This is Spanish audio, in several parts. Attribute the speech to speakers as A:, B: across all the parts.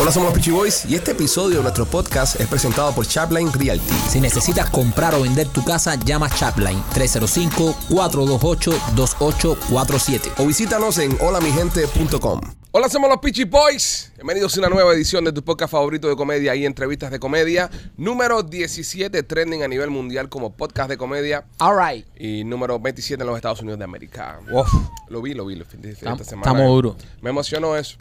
A: Hola, somos los Peachy Boys y este episodio de nuestro podcast es presentado por Chapline Realty.
B: Si necesitas comprar o vender tu casa, llama Chapline 305-428-2847.
A: O visítanos en holamigente.com. Hola, somos los Peachy Boys. Bienvenidos a una nueva edición de tu podcast favorito de comedia y entrevistas de comedia. Número 17 trending a nivel mundial como podcast de comedia
B: All right.
A: y número 27 en los Estados Unidos de América. Lo vi, lo vi lo- esta
C: Estamos-
A: semana.
C: estamos duros.
A: Me emocionó eso.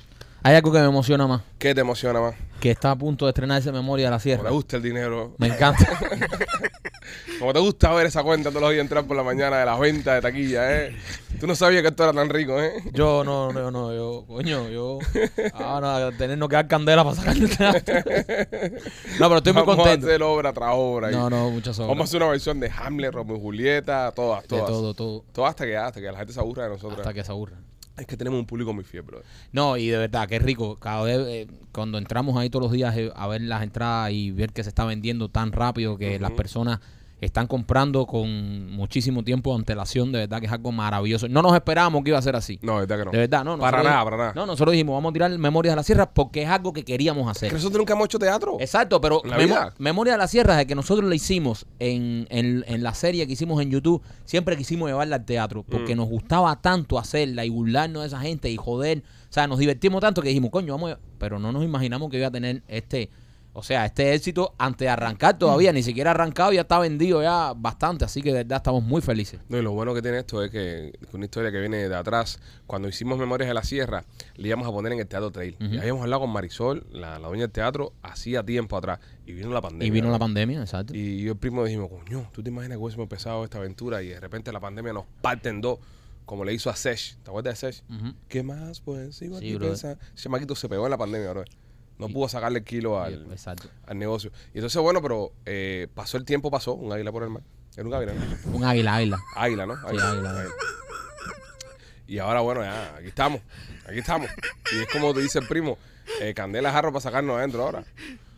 C: Hay algo que me emociona más,
A: ¿Qué te emociona más?
C: que está a punto de estrenarse Memoria de la
A: Como
C: Sierra.
A: te gusta el dinero.
C: Me encanta.
A: Como te gusta ver esa cuenta todos los días entrar por la mañana de las ventas de taquilla, ¿eh? Tú no sabías que esto era tan rico, ¿eh?
C: Yo no, no, no, yo, coño, yo. Ahora tenernos que dar candela para sacar el teatro. No, pero estoy muy
A: Vamos
C: contento.
A: a hacer obra tras obra. y
C: No, no, muchas
A: Vamos a
C: obras.
A: hacer una versión de Hamlet, Romeo y Julieta, todas,
C: De
A: todas.
C: todo, todo.
A: Todo hasta que, hasta que la gente se aburra de nosotros.
C: Hasta que se aburran.
A: Es que tenemos un público muy fiel, bro.
C: No, y de verdad, qué rico. Cada vez, eh, cuando entramos ahí todos los días eh, a ver las entradas y ver que se está vendiendo tan rápido, que las personas están comprando con muchísimo tiempo de antelación, de verdad que es algo maravilloso. No nos esperábamos que iba a ser así.
A: No, de verdad que no.
C: De verdad, no.
A: Para
C: nosotros-
A: nada, para nada.
C: No, nosotros dijimos, vamos a tirar Memorias de la Sierra porque es algo que queríamos
A: ¿Que
C: hacer.
A: nosotros nunca hemos hecho teatro?
C: Exacto, pero
A: La
C: Memo-
A: vida.
C: Memoria de la Sierra, de que nosotros la hicimos en, en- en la serie que hicimos en YouTube, siempre quisimos llevarla al teatro
A: Mm.
C: porque nos gustaba tanto hacerla y burlarnos de esa gente y joder. O sea, nos divertimos tanto que dijimos, coño, vamos a... Pero no nos imaginamos que iba a tener este... O sea, este éxito antes de arrancar todavía, ni siquiera arrancado, ya está vendido ya bastante. Así que de verdad estamos muy felices.
A: No, y lo bueno que tiene esto es que que una historia que viene de atrás. Cuando hicimos Memorias de la Sierra, le íbamos a poner en el Teatro Trail. Y habíamos hablado con Marisol, la, la dueña del teatro, hacía tiempo atrás. Y vino la pandemia.
C: Y vino la
A: bro.
C: pandemia, exacto.
A: Y yo y el primo dijimos, coño, ¿tú te imaginas que hubiésemos empezado esta aventura y de repente la pandemia nos parte en dos? Como le hizo a Sesh. ¿Te acuerdas de Sesh? ¿Qué más? Pues sigo
C: Sí,
A: aquí
C: brother.
A: pensando. Ese maquito se pegó en la pandemia, bro. No pudo sacarle el kilo al,
C: Exacto.
A: al negocio. Y entonces, bueno, pero eh, pasó el tiempo, pasó. Un águila por el mar. Era un águila, ¿no?
C: Un águila, águila.
A: Águila, ¿no?
C: águila.
A: Y ahora, bueno, ya, aquí estamos. Aquí estamos. Y es como te dice el primo, eh, candela jarro para sacarnos adentro ahora.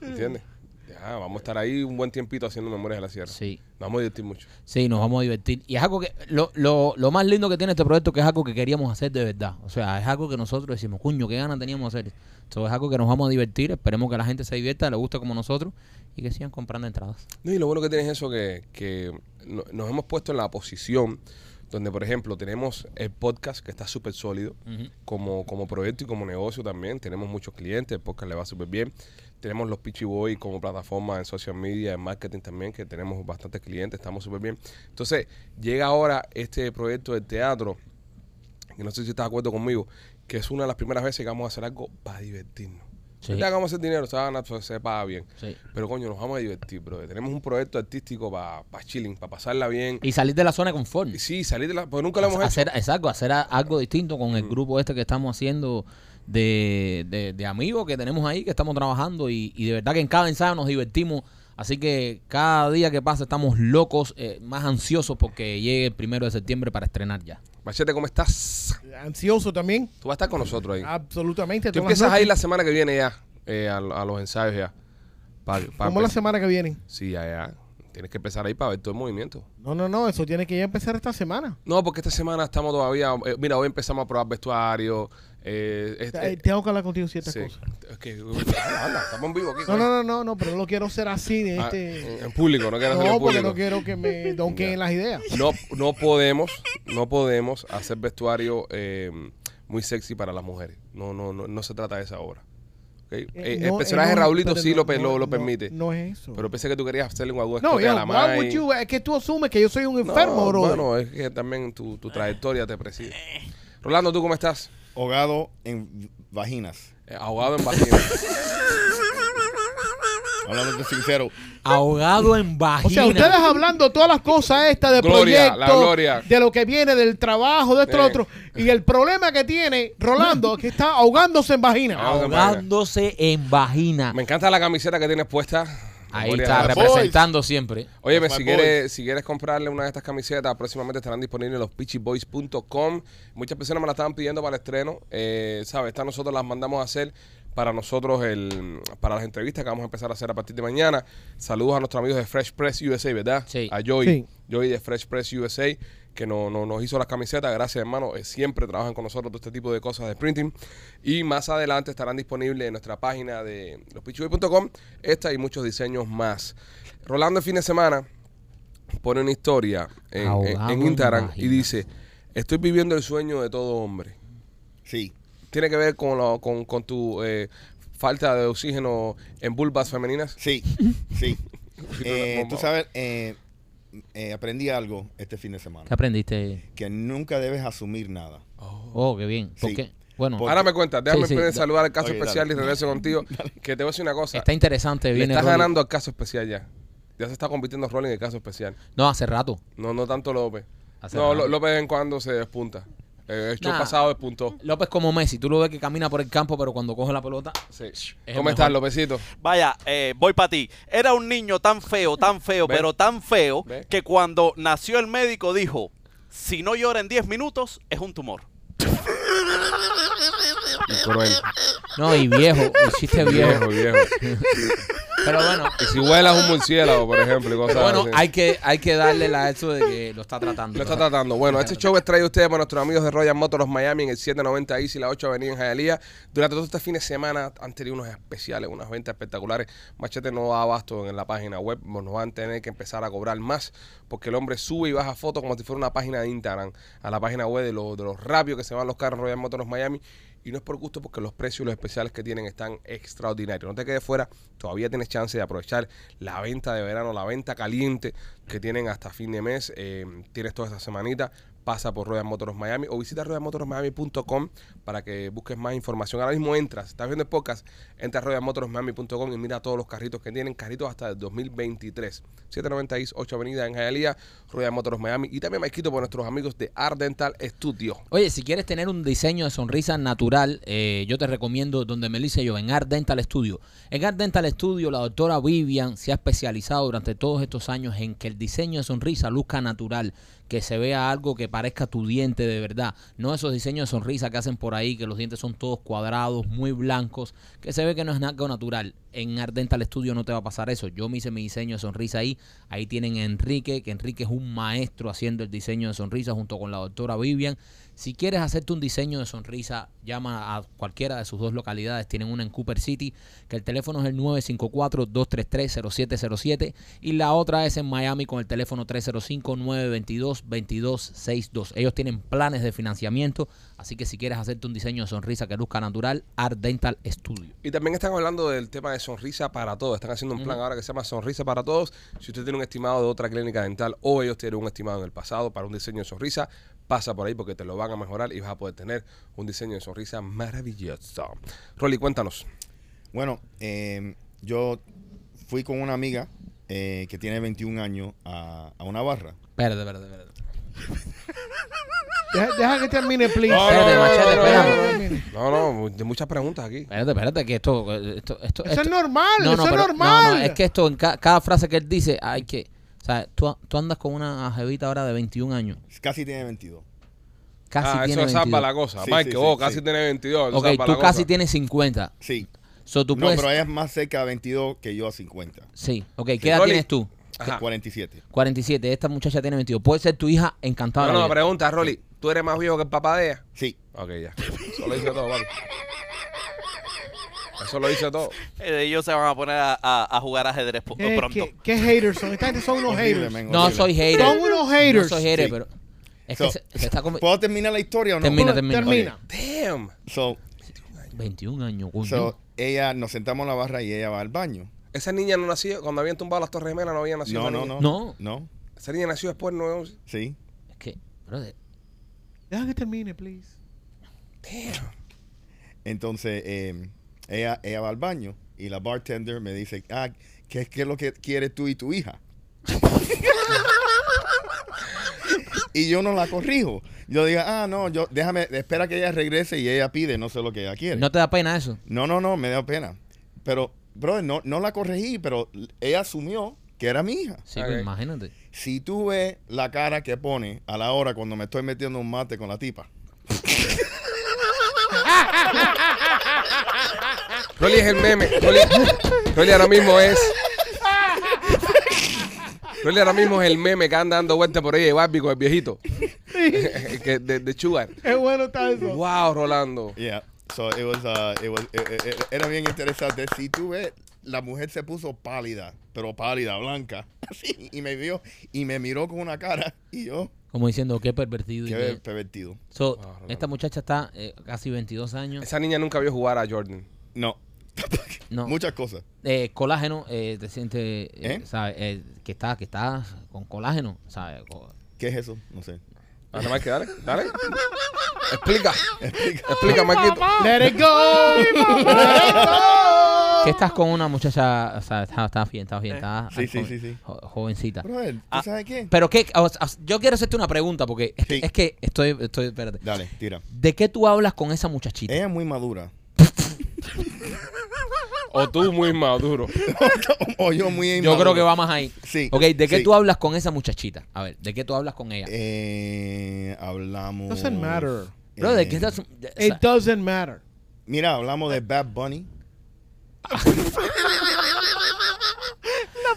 A: ¿Entiendes? Ya, vamos a estar ahí un buen tiempito haciendo Memorias de la Sierra.
C: Sí.
A: Nos vamos a divertir mucho.
C: Sí, nos vamos a divertir. Y es algo que, lo, lo, lo más lindo que tiene este proyecto, que es algo que queríamos hacer de verdad. O sea, es algo que nosotros decimos, cuño, qué ganas teníamos de hacer. Entonces es algo que nos vamos a divertir, esperemos que la gente se divierta, le guste como nosotros y que sigan comprando entradas.
A: No, y lo bueno que tiene es eso que, que no- nos hemos puesto en la posición donde, por ejemplo, tenemos el podcast que está súper sólido como, como proyecto y como negocio también. Tenemos muchos clientes, el podcast le va súper bien. Tenemos los Pitchy Boy como plataforma en social media, en marketing también, que tenemos bastantes clientes, estamos súper bien. Entonces, llega ahora este proyecto del teatro, que no sé si estás de acuerdo conmigo, que es una de las primeras veces que vamos a hacer algo para divertirnos.
C: Sí.
A: ¿Verdad que vamos a hacer dinero? Se va a ganar, se paga bien.
C: Sí.
A: Pero coño, nos vamos a divertir, bro. Tenemos un proyecto artístico para chilling, para pasarla bien.
C: Y salir de la zona de confort.
A: Y sí, salir de la. Porque nunca lo hemos hecho.
C: hacer, Exacto, hacer a- algo distinto con el grupo este que estamos haciendo de, de- de amigos que tenemos ahí, que estamos trabajando y, y de verdad que en cada ensayo nos divertimos. Así que cada día que pasa estamos locos, eh, más ansiosos porque llegue el primero de septiembre para estrenar ya.
A: Machete, ¿cómo estás?
D: Ansioso también.
A: Tú vas a estar con nosotros ahí.
D: Ah, Absolutamente.
A: Tú
D: todas las
A: empiezas ahí
D: noches.
A: la semana que viene ya, eh, a, a los ensayos ya. Pa- pa-
D: ¿Cómo la semana que viene?
A: Sí, ya, ya. Tienes que empezar ahí para ver todo el movimiento.
D: No, no, no. Eso tiene que ya empezar esta semana.
A: No, porque esta semana estamos todavía. eh, mira, hoy empezamos a probar vestuario. eh, es-
D: Eh,
A: eh,
D: Tengo que hablar contigo ciertas
A: sí.
D: cosas.
A: Es que. Anda, anda, estamos en vivo aquí.
D: No,
A: coño.
D: no, no, no, no, pero no lo quiero hacer así de
A: Ah,
D: este.
A: en, en público, no quiero hacerlo
D: no,
A: en
D: porque
A: público.
D: no quiero que me
A: Ya.
D: donquen las ideas.
A: No, no podemos, no podemos hacer vestuario eh, muy sexy para las mujeres. No, no, no, no se trata de esa obra. ¿ok? Eh,
D: Eh,
A: el
D: no,
A: personaje
D: eh, no,
A: Raulito
D: pero
A: sí
D: no,
A: lo, pe-
D: no,
A: lo, lo
D: no,
A: permite.
D: No es eso.
A: Pero pensé que tú querías hacerle un agua
D: no,
A: a
D: yo,
A: la
D: why
A: mano.
D: would you- eh, es que tú asumes que yo soy un enfermo, bro.
A: Bueno, es que también tu, tu trayectoria te preside. Rolando, ¿tú cómo estás?
E: Hogado en vaginas.
A: Eh, ahogado en vagina.
E: Hablando sincero.
C: Ahogado en vagina.
D: o sea, ustedes hablando todas las cosas estas de
A: Gloria,
D: proyecto,
A: la gloria.
D: de lo que viene, del trabajo, de esto,
A: Eh.
D: lo otro. Y el problema que tiene Rolando es que está ahogándose en vagina.
A: Ah,
C: Ahogándose en vagina.
A: Me encanta la camiseta que tienes puesta.
C: Ahí
A: Gloria
C: está,
A: a Dios.
E: boys.
C: representando siempre.
A: Óyeme,
E: That's my
A: si quieres, si quieres comprarle una de estas camisetas, próximamente estarán disponibles en los pitchyboys.com. Muchas personas me la estaban pidiendo para el estreno. Eh, ¿Sabes? Estas nosotros las mandamos a hacer. para nosotros, el, para las entrevistas que vamos a empezar a hacer a partir de mañana. Saludos a nuestros amigos de Fresh Press USA, ¿verdad?
C: Sí.
A: A Joy,
D: Sí.
A: Joy de Fresh Press USA, que no, no- nos hizo las camisetas. Gracias, hermano. Eh, siempre trabajan con nosotros todo este tipo de cosas de printing. Y más adelante estarán disponibles en nuestra página de lospichuy.com esta y muchos diseños más. Rolando, el fin de semana, pone una historia en, en- en
C: Ahogado en
A: Instagram y
C: vagina.
A: dice: Estoy viviendo el sueño de todo hombre
E: Sí.
A: tiene que ver con, lo- con, con tu eh, falta de oxígeno en vulvas femeninas.
E: Sí, sí. Eh,
A: Bomba.
E: tú sabes, eh, eh, aprendí algo este fin de
C: ¿Qué
E: semana.
C: aprendiste?
E: Que nunca debes asumir nada.
C: Oh, qué bien. ¿Por
E: Sí.
C: qué? Bueno,
E: Por-
A: Ahora me cuentas, déjame
C: Sí, sí,
A: primero
C: da-
A: saludar al caso
E: Ok,
A: especial
E: dale.
A: y regreso contigo. Que te voy a decir una cosa.
C: está interesante.
A: le
C: Viene
A: estás
C: Rolly.
A: ganando al caso especial ya. Ya se está convirtiendo Rolling en el caso especial.
C: No, hace rato.
A: No, no tanto López.
C: Hace
A: No,
C: rato.
A: Lo- López de vez en cuando se despunta. Eh, el show
C: Nah.
A: pasado despuntó.
C: López como Messi, tú lo ves que camina por el campo, pero cuando coge la pelota,
A: Sí.
C: el
A: ¿Cómo estás,
C: mejor.
A: Lópezito?
F: Vaya, eh, voy para ti. Era un niño tan feo, tan feo,
A: Ve.
F: pero tan feo
A: Ve.
F: que cuando nació el médico dijo, si no llora en 10 minutos, es un tumor.
A: Cruel.
C: no, y viejo, y chiste
A: Viejo,
C: viejo.
A: viejo.
C: Pero bueno,
A: Y si huelas un murciélago, por ejemplo, y cosas
C: pero bueno,
A: así.
C: hay que, hay que darle la eso de que lo está tratando.
A: Lo está tratando. Bueno, este show es traído a ustedes por nuestros amigos de Royal Motors Miami en el 790 East y la 8 Avenida en Hialeah. Durante todo este fin de semana han tenido unos especiales, unas ventas espectaculares. Machete no da abasto en la página web. Nos van a tener que empezar a cobrar más porque el hombre sube y baja fotos como si fuera una página de Instagram a la página web de, los de los rápidos que se van los carros Royal Motors Miami. Y no es por gusto porque los precios y los especiales que tienen están extraordinarios. No te quedes fuera, todavía tienes chance de aprovechar la venta de verano, la venta caliente que tienen hasta fin de mes. Eh, tienes toda esta semanita. Pasa por Ruedas Motors Miami o visita ruedasmotorsmiami.com para que busques más información. Ahora mismo entras, estás viendo el podcast, entra a ruedasmotorsmiami.com y mira todos los carritos que tienen, carritos hasta el 2023. 796 8 Avenida en Hialeah, Ruedas Motors Miami y también me quito por nuestros amigos de Ardental Studio.
C: Oye, si quieres tener un diseño de sonrisa natural, eh, yo te recomiendo donde me lo hice yo, en Art Dental Studio. En Art Dental Studio, la doctora Vivian se ha especializado durante todos estos años en que el diseño de sonrisa luzca natural, que se vea algo que parezca tu diente de verdad. No esos diseños de sonrisa que hacen por ahí, que los dientes son todos cuadrados, muy blancos, que se ve que no es nada natural. En Art Dental Studio no te va a pasar eso. Yo me hice mi diseño de sonrisa ahí. Ahí tienen a Enrique, que Enrique es un maestro haciendo el diseño de sonrisa junto con la doctora Vivian. Si quieres hacerte un diseño de sonrisa, llama a cualquiera de sus dos localidades. Tienen una en Cooper City, que el teléfono es el 954-233-0707 y la otra es en Miami con el teléfono 305-922-2262. Ellos tienen planes de financiamiento, así que si quieres hacerte un diseño de sonrisa que luzca natural, Art Dental Studio.
A: Y también están hablando del tema de sonrisa para todos. Están haciendo un plan ahora que se llama Sonrisa para Todos. Si usted tiene un estimado de otra clínica dental o ellos tienen un estimado en el pasado para un diseño de sonrisa, pasa por ahí porque te lo van a mejorar y vas a poder tener un diseño de sonrisa maravilloso. Rolly, cuéntanos.
E: Bueno, eh, yo fui con una amiga eh, que tiene 21 años a, a una barra.
C: Verde, verde, verde.
D: Deja, deja que termine, please.
A: No,
C: Espérate, machete,
A: espérame. No, no, de muchas preguntas aquí.
C: Espérate, espérate, que esto... esto, esto,
D: Eso es
C: esto-
D: normal,
C: No, no,
D: eso es
C: pero-
D: normal.
C: No, no, es que esto, en ca- cada frase que él dice, hay que. O sea, tú, tú andas con una jevita ahora de 21 años.
E: Casi tiene 22.
C: Casi
A: ah,
C: tiene
A: eso salva
C: 22.
A: la cosa.
E: Sí,
A: Mike,
E: sí,
A: oh,
E: sí,
A: casi
E: sí.
A: tiene 22. eso
C: Ok,
A: salva la
C: tú casi
A: cosa.
C: tienes 50.
E: Sí.
C: So, tú
E: no,
C: puedes...
E: pero ella es más cerca a 22 que yo a 50.
C: Sí, ok, ¿qué edad
A: Rolly.
C: tienes tú?
A: Ajá.
E: 47.
C: 47, esta muchacha tiene 22. Puede ser tu hija encantada.
A: No, no,
C: la vida.
A: pregunta, Rolly. ¿Tú eres más viejo que el papá de ella?
E: Sí.
A: Ok, ya. Eso lo hice todo, vale. Eso lo hice todo.
F: Eh, ellos se van a poner a, a- a jugar ajedrez po-
D: ¿Qué,
F: pronto.
D: Eh, qué- qué haters son? Esta gente son unos
E: Horrible,
D: haters.
E: men,
C: no
E: horrible.
C: soy hater.
D: Son unos haters.
C: No soy hater,
E: Sí.
C: pero. Es
E: So,
C: que se, se está como.
E: ¿Puedo terminar la historia o no?
C: Termina,
D: Bueno,
C: termina.
D: termina.
A: Damn.
E: So,
C: 21 años, coño.
E: so, ella, nos sentamos en la barra y ella va al baño.
A: Esa niña no nació, cuando habían tumbado las Torres Gemelas no había nacido.
E: No,
A: esa
E: no,
A: niña.
E: no.
C: No.
E: No.
A: Esa niña nació después del 9-11.
E: Sí.
C: Es que, brother,
D: Deja que termine, please.
E: Entonces, eh, ella, ella va al baño y la bartender me dice, ah, ¿qué, qué es lo que quieres tú y tu hija? y yo no la corrijo. Yo digo, ah, no, yo déjame, espera que ella regrese y ella pide, no sé lo que ella quiere.
C: ¿no te da pena eso?
E: No, no, no, me da pena. Pero, brother, no, no la corregí, pero ella asumió que era mi hija.
C: Sí,
A: Ok.
C: pero imagínate.
E: Si tú ves la cara que pone a la hora cuando me estoy metiendo un mate con la tipa.
A: Rolly es el meme. Rolly, Rolly ahora mismo es. Rolly ahora mismo es el meme que anda dando vueltas por ahí de Barbie con el viejito. que, de, de Sugar.
D: Es bueno está eso.
A: Wow, Rolando.
E: Yeah. So it was, uh, it was, eh, eh, eh, era bien interesante. Si tú ves, la mujer se puso pálida, pero pálida, blanca. Así, y me vio, y me miró con una cara, y yo,
C: Como diciendo, qué pervertido. y
E: qué
C: qué-
E: pervertido.
C: So,
A: Ah, Rolando.
C: esta muchacha está eh, casi 22 años.
A: Esa niña nunca vio jugar a Jordan.
E: No,
C: no,
E: muchas cosas.
C: eh, colágeno, eh, te sientes, eh,
E: ¿Eh?
C: ¿sabes? Eh, que está, que está con colágeno, ¿sabes? Co-
E: ¿Qué es eso? No sé.
A: Nada más que dale, dale. Explica. Explica, Marquito.
D: Let it go. mi mamá.
C: Que estás con una muchacha, o sea, está, está bien, está bien, está
E: Eh, Sí, sí,
C: joven-
E: sí, sí.
C: jo- jovencita.
E: Brother, ¿tú
F: Ah.
E: sabes qué?
C: Pero que, o sea, yo quiero hacerte una pregunta porque es, que-
E: Sí.
C: es que estoy, estoy, espérate.
E: Dale, tira.
C: ¿De qué tú hablas con esa muchachita?
E: Ella es muy madura.
A: O tú muy maduro.
E: o yo muy
C: Yo
E: inmaduro.
C: creo que va más ahí.
E: Sí,
C: Ok, ¿de qué
E: sí.
C: tú hablas con esa muchachita? A ver, ¿de qué tú hablas con ella?
E: Eh, hablamos...
D: Doesn't matter.
C: Bro, ¿de
E: eh,
C: qué estás- de- o sea,
D: It doesn't matter.
E: Mira, hablamos de Bad Bunny.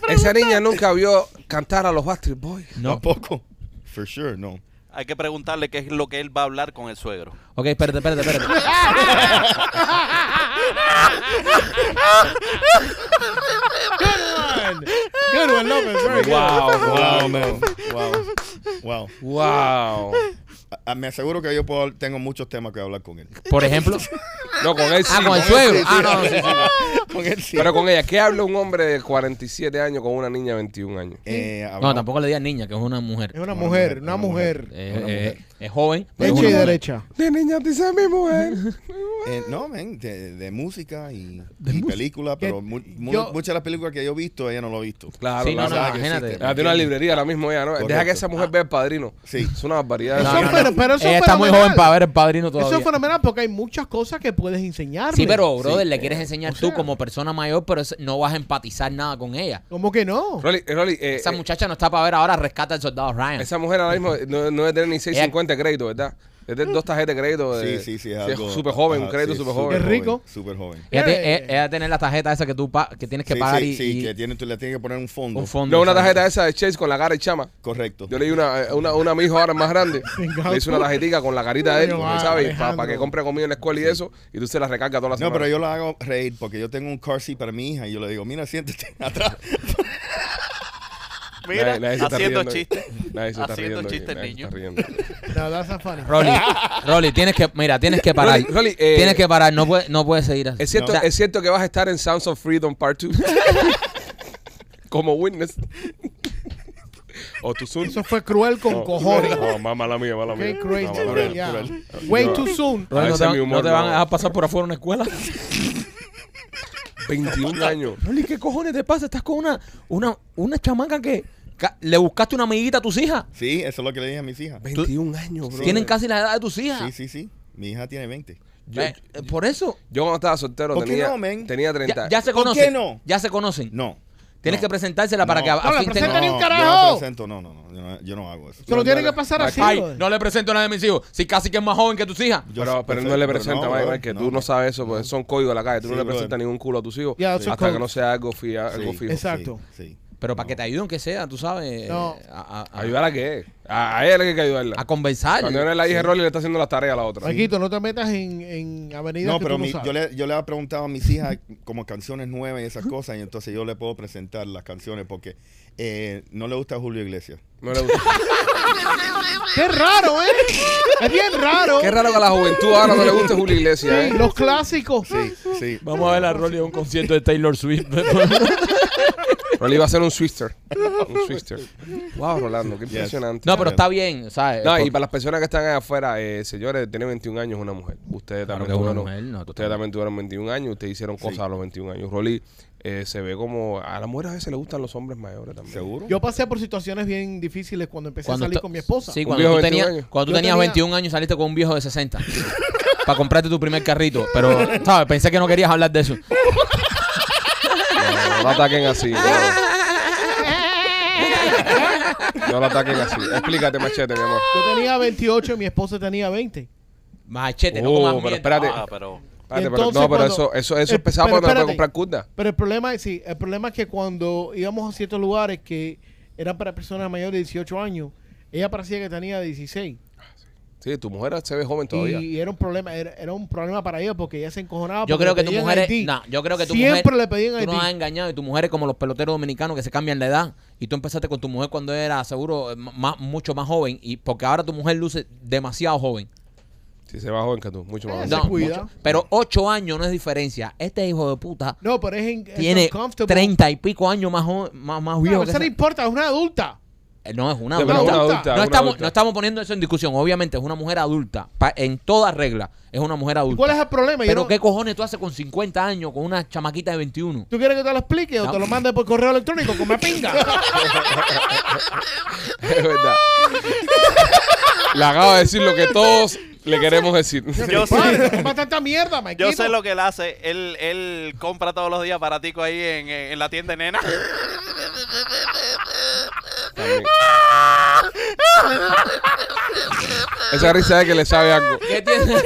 A: Esa niña nunca vio cantar a los Backstreet Boys.
C: No.
E: Tampoco. For sure, no.
F: Hay que preguntarle qué es lo que él va a hablar con el suegro.
C: Ok, espérate, espérate, espérate.
D: Good one, López. Very good.
E: Wow, man. Wow. Wow.
A: Wow.
E: Ah, ah, Me aseguro que yo puedo, tengo muchos temas que hablar con él.
C: Por ejemplo.
A: No, con él sí.
C: Ah, con el
A: él
C: suegro.
A: sí.
C: Ah, no, sí, sí.
E: Con él sí.
A: Pero con ella, ¿qué habla un hombre de 47 años con una niña de 21 años?
E: Eh,
C: No,
E: hablamos-
C: tampoco le digas niña, que es una mujer.
D: Es una mujer, una mujer.
C: Eh, eh,
E: una mujer.
C: es joven. pero es
D: Derecha y
C: una mujer.
D: derecha.
A: De niña dice mi mujer.
E: Eh, no, man, de, de música y, y películas,
D: ¿Qué?
E: pero mu- mu-
D: Yo-
E: muchas de las películas que yo he visto, ella no lo ha visto.
A: Claro,
C: Sí, no,
A: claro.
C: no,
E: Sabe que
C: imagínate.
E: existe.
A: Ah, tiene una librería ahora mismo ella, ¿no? Deja
E: Correcto.
A: que esa mujer vea el padrino.
E: Sí.
A: Es una barbaridad.
D: Eso
E: No,
D: es
E: no,
D: fenomenal, pero eso
C: Ella
D: es
C: está muy
D: fenomenal.
C: joven para ver el padrino todavía.
D: Eso es fenomenal porque hay muchas cosas que puedes enseñarle.
C: Sí, pero, brother, le quieres enseñar
D: o
C: tú
D: sea-
C: como persona mayor, pero es- no vas a empatizar nada con ella.
D: ¿Cómo que no?
A: Rolly, eh, Rolly, eh,
C: Esa
A: eh,
C: muchacha no está para ver ahora rescata al soldado Ryan.
A: esa mujer ahora mismo no, no debe tener ni 650 de crédito, ¿verdad? Debe tener dos tarjetas de crédito. de-
E: Sí, sí, sí.
A: es
E: Es algo-
A: súper joven, un
E: ajá,
A: crédito
E: sí,
A: súper
E: súper
A: joven.
D: Qué rico.
E: Súper joven.
C: Ella,
D: Eh.
C: te- eh, ella tiene la tarjeta esa que tú pa- que tienes que
E: sí,
C: pagar
E: sí,
C: y,
E: sí,
C: y
E: que tiene, tú le tienes que poner un fondo.
C: un fondo.
A: No, una
C: ¿sabes?
A: tarjeta esa de Chase con la cara de chama.
E: Correcto.
A: Yo le di una, eh, una, una a mi hijo ahora más grande. Le hice una tarjetica con la carita de él,
D: Coño, va,
A: ¿sabes? Para
D: Alejandro.
A: que compre comida en la escuela y eso. Y tú se la recargas todas las
E: no, pero yo la hago reír porque yo tengo un car seat para mi hija y yo le digo, mira, siéntate atrás.
F: Mira,
A: Nadie- nadie se está
F: haciendo
A: riendo.
F: chistes.
A: Nadie se está
F: Haciendo
A: riendo. aquí,
F: chistes,
A: nadie se
F: niño.
A: está riendo.
D: No, that's not funny.
C: Rolly, Rolly, tienes que, mira, tienes que parar.
A: Rolly, Rolly, eh,
C: tienes que parar, no puedes no puedes seguir así.
A: ¿Es cierto,
C: O sea,
A: ¿Es cierto que vas a estar en Sounds of Freedom Part 2? Como witness. o tu soon.
D: Eso fue cruel con
A: No,
D: cojones.
A: No, más mala mía, mala mía.
D: Qué crazy.
A: No, mala mía.
D: Yeah.
E: cruel.
D: Way
A: No.
D: too soon.
A: a
C: Rolly, no
A: veces
C: te, van-
A: mi humor
C: no te van a
A: no-
C: dejar pasar por afuera una escuela.
A: 21 años.
C: Rolly, ¿qué cojones te pasa? Estás con una, una, una chamaca que ca- le buscaste una amiguita a tus hijas.
E: Sí, eso es lo que le dije a mis hijas.
A: 21 años, bro.
C: Tienen casi la edad de tus hijas.
E: Sí, sí, sí. Mi hija tiene 20.
A: Yo,
C: Eh, eh, por eso
A: yo cuando estaba soltero
E: ¿Por qué
A: tenía,
E: no, men?
A: tenía 30.
C: ya, ya se
E: ¿Por
C: conocen.
E: qué no?
C: Ya se conocen.
E: No.
C: Tienes
E: No.
C: que presentársela para
E: No.
C: que a- a
D: No, la
C: fin te-
D: presenta ni un carajo.
E: No, no, presento, no, no, no, yo no, yo no hago eso.
D: Se lo tienen que pasar así.
C: Ay,
D: brother.
C: no le presento a nadie de mis hijos. Si casi que es más joven que tus hijas.
E: Yo
A: Pero,
E: sé-
A: pero
E: yo
A: no
E: sé,
A: le
E: pero
A: presenta, Mike,
E: no, brother,
A: Mike, que
E: no,
A: tú no
E: no.
A: sabes eso, porque son códigos de la calle. Tú
E: Sí,
A: no le
E: brother.
A: presentas ningún culo a tus hijos
D: Yeah, son
A: hasta que
D: codes.
A: no sea algo, fi- algo
E: Sí,
A: fijo.
D: Exacto.
E: Sí. sí.
C: Pero para que te ayuden, que sea, tú sabes. eh,
D: No.
C: A, a- a-
A: ¿Ayudar a qué? A, a él hay que ayudarla.
C: a conversar.
A: Cuando yo le dije Rolly, le está haciendo las tareas a la otra.
D: Maquito, no te metas en, en avenidas
E: No,
D: que
E: pero
D: tú no
E: mi-
D: sabes.
E: yo, le, yo le he preguntado a mis hijas como canciones nuevas y esas cosas, y entonces yo le puedo presentar las canciones porque eh, no le gusta Julio Iglesias.
A: No le gusta.
D: Qué raro, ¿eh? Es bien raro.
A: Qué raro que a la juventud ahora no le guste Julio Iglesias,
D: Sí,
A: ¿eh?
D: los clásicos.
E: Sí, sí.
C: Vamos a ver a Rolly a un concierto de Taylor Swift.
A: Rolly va a ser un swister. Un swister. Wow, Rolando, qué impresionante.
C: no, pero está bien, ¿sabes?
A: Eh, No, y
C: Porque-
A: para las personas que están allá afuera, eh, señores, tiene 21 años una mujer. Ustedes
C: Claro
A: también
C: que una
A: tuvieron,
C: mujer, no,
A: ustedes
C: totalmente.
A: también tuvieron 21 años, ustedes hicieron cosas a los 21 años. Rolly eh, se ve como a las mujeres a veces le gustan los hombres mayores también.
E: ¿Seguro?
D: Yo pasé por situaciones bien difíciles cuando empecé
C: cuando
D: a salir
C: tú-
D: con mi esposa.
C: Sí,
A: Un
C: cuando
A: viejo
C: tú
A: de 21
C: tenías,
A: años.
C: cuando tú
D: Yo
C: tenías
D: tenía-
C: 21 años saliste con un viejo de 60 para comprarte tu primer carrito, pero sabes, pensé que no querías hablar de eso.
A: No, no ataquen así. No. no lo ataquen así. Explícate, machete, mi amor.
D: Yo tenía 28 y mi esposa tenía 20.
C: Machete, no
A: Oh,
C: comas
A: pero
C: mierda.
A: espérate.
F: Ah, pero
A: Espérate, pero-
D: entonces
A: no, pero
D: cuando-
A: eso, eso, eso
D: Eh,
A: empezaba
D: pero
A: cuando no
D: espérate.
A: puede comprar curda.
D: Pero el problema es, sí, el problema es que cuando íbamos a ciertos lugares que eran para personas mayores de 18 años, ella parecía que tenía 16.
A: Sí, tu mujer se ve joven todavía.
D: Y era un problema, era, era un problema para ella porque ella se encojonaba.
C: Yo
D: Ah, porque
C: creo
D: le
C: que tu
D: pedían
C: mujer es,
D: ID.
C: no, yo creo que tu
D: Siempre
C: mujer-
D: le pedían
C: tú nos has
D: ID.
C: engañado y tu mujer es como los peloteros dominicanos que se cambian la edad y tú empezaste con tu mujer cuando era seguro eh, ma- más, mucho más joven y porque ahora tu mujer luce demasiado joven.
A: Sí, se ve más joven que tú, mucho más
D: Eh,
A: joven.
D: se
C: No,
D: cuida.
C: mucho. pero ocho años no es diferencia. Este hijo de puta
D: No, pero es, in- es
C: tiene
D: uncomfortable.
C: treinta y pico años más jo- más, más
D: No,
C: viejo.
D: pero
C: que
D: eso no
C: esa-
D: importa, es una adulta.
C: Eh, No, es una
A: Sí, pero
C: adulta.
A: una adulta,
C: no,
A: una
C: estamos,
A: adulta.
C: no estamos poniendo eso en discusión. Obviamente, es una mujer adulta. Pa- en todas reglas, es una mujer adulta.
D: ¿Cuál es el problema? Yo
C: Pero
D: no-
C: ¿qué cojones tú haces con 50 años con una chamaquita de 21?
D: ¿Tú quieres que te lo explique o
C: No.
D: te lo mande por correo electrónico? Come pinga.
A: Es verdad. Le acabo de decir lo que todos le queremos decir.
F: Yo
D: Padre,
F: sé,
D: no comas tanta mierda, Maikito.
F: yo sé lo que él hace. Él, él compra todos los días baratico ahí en, en la tienda de nena.
A: También. Esa risa es que le sabe algo.
C: ¿Qué tiende,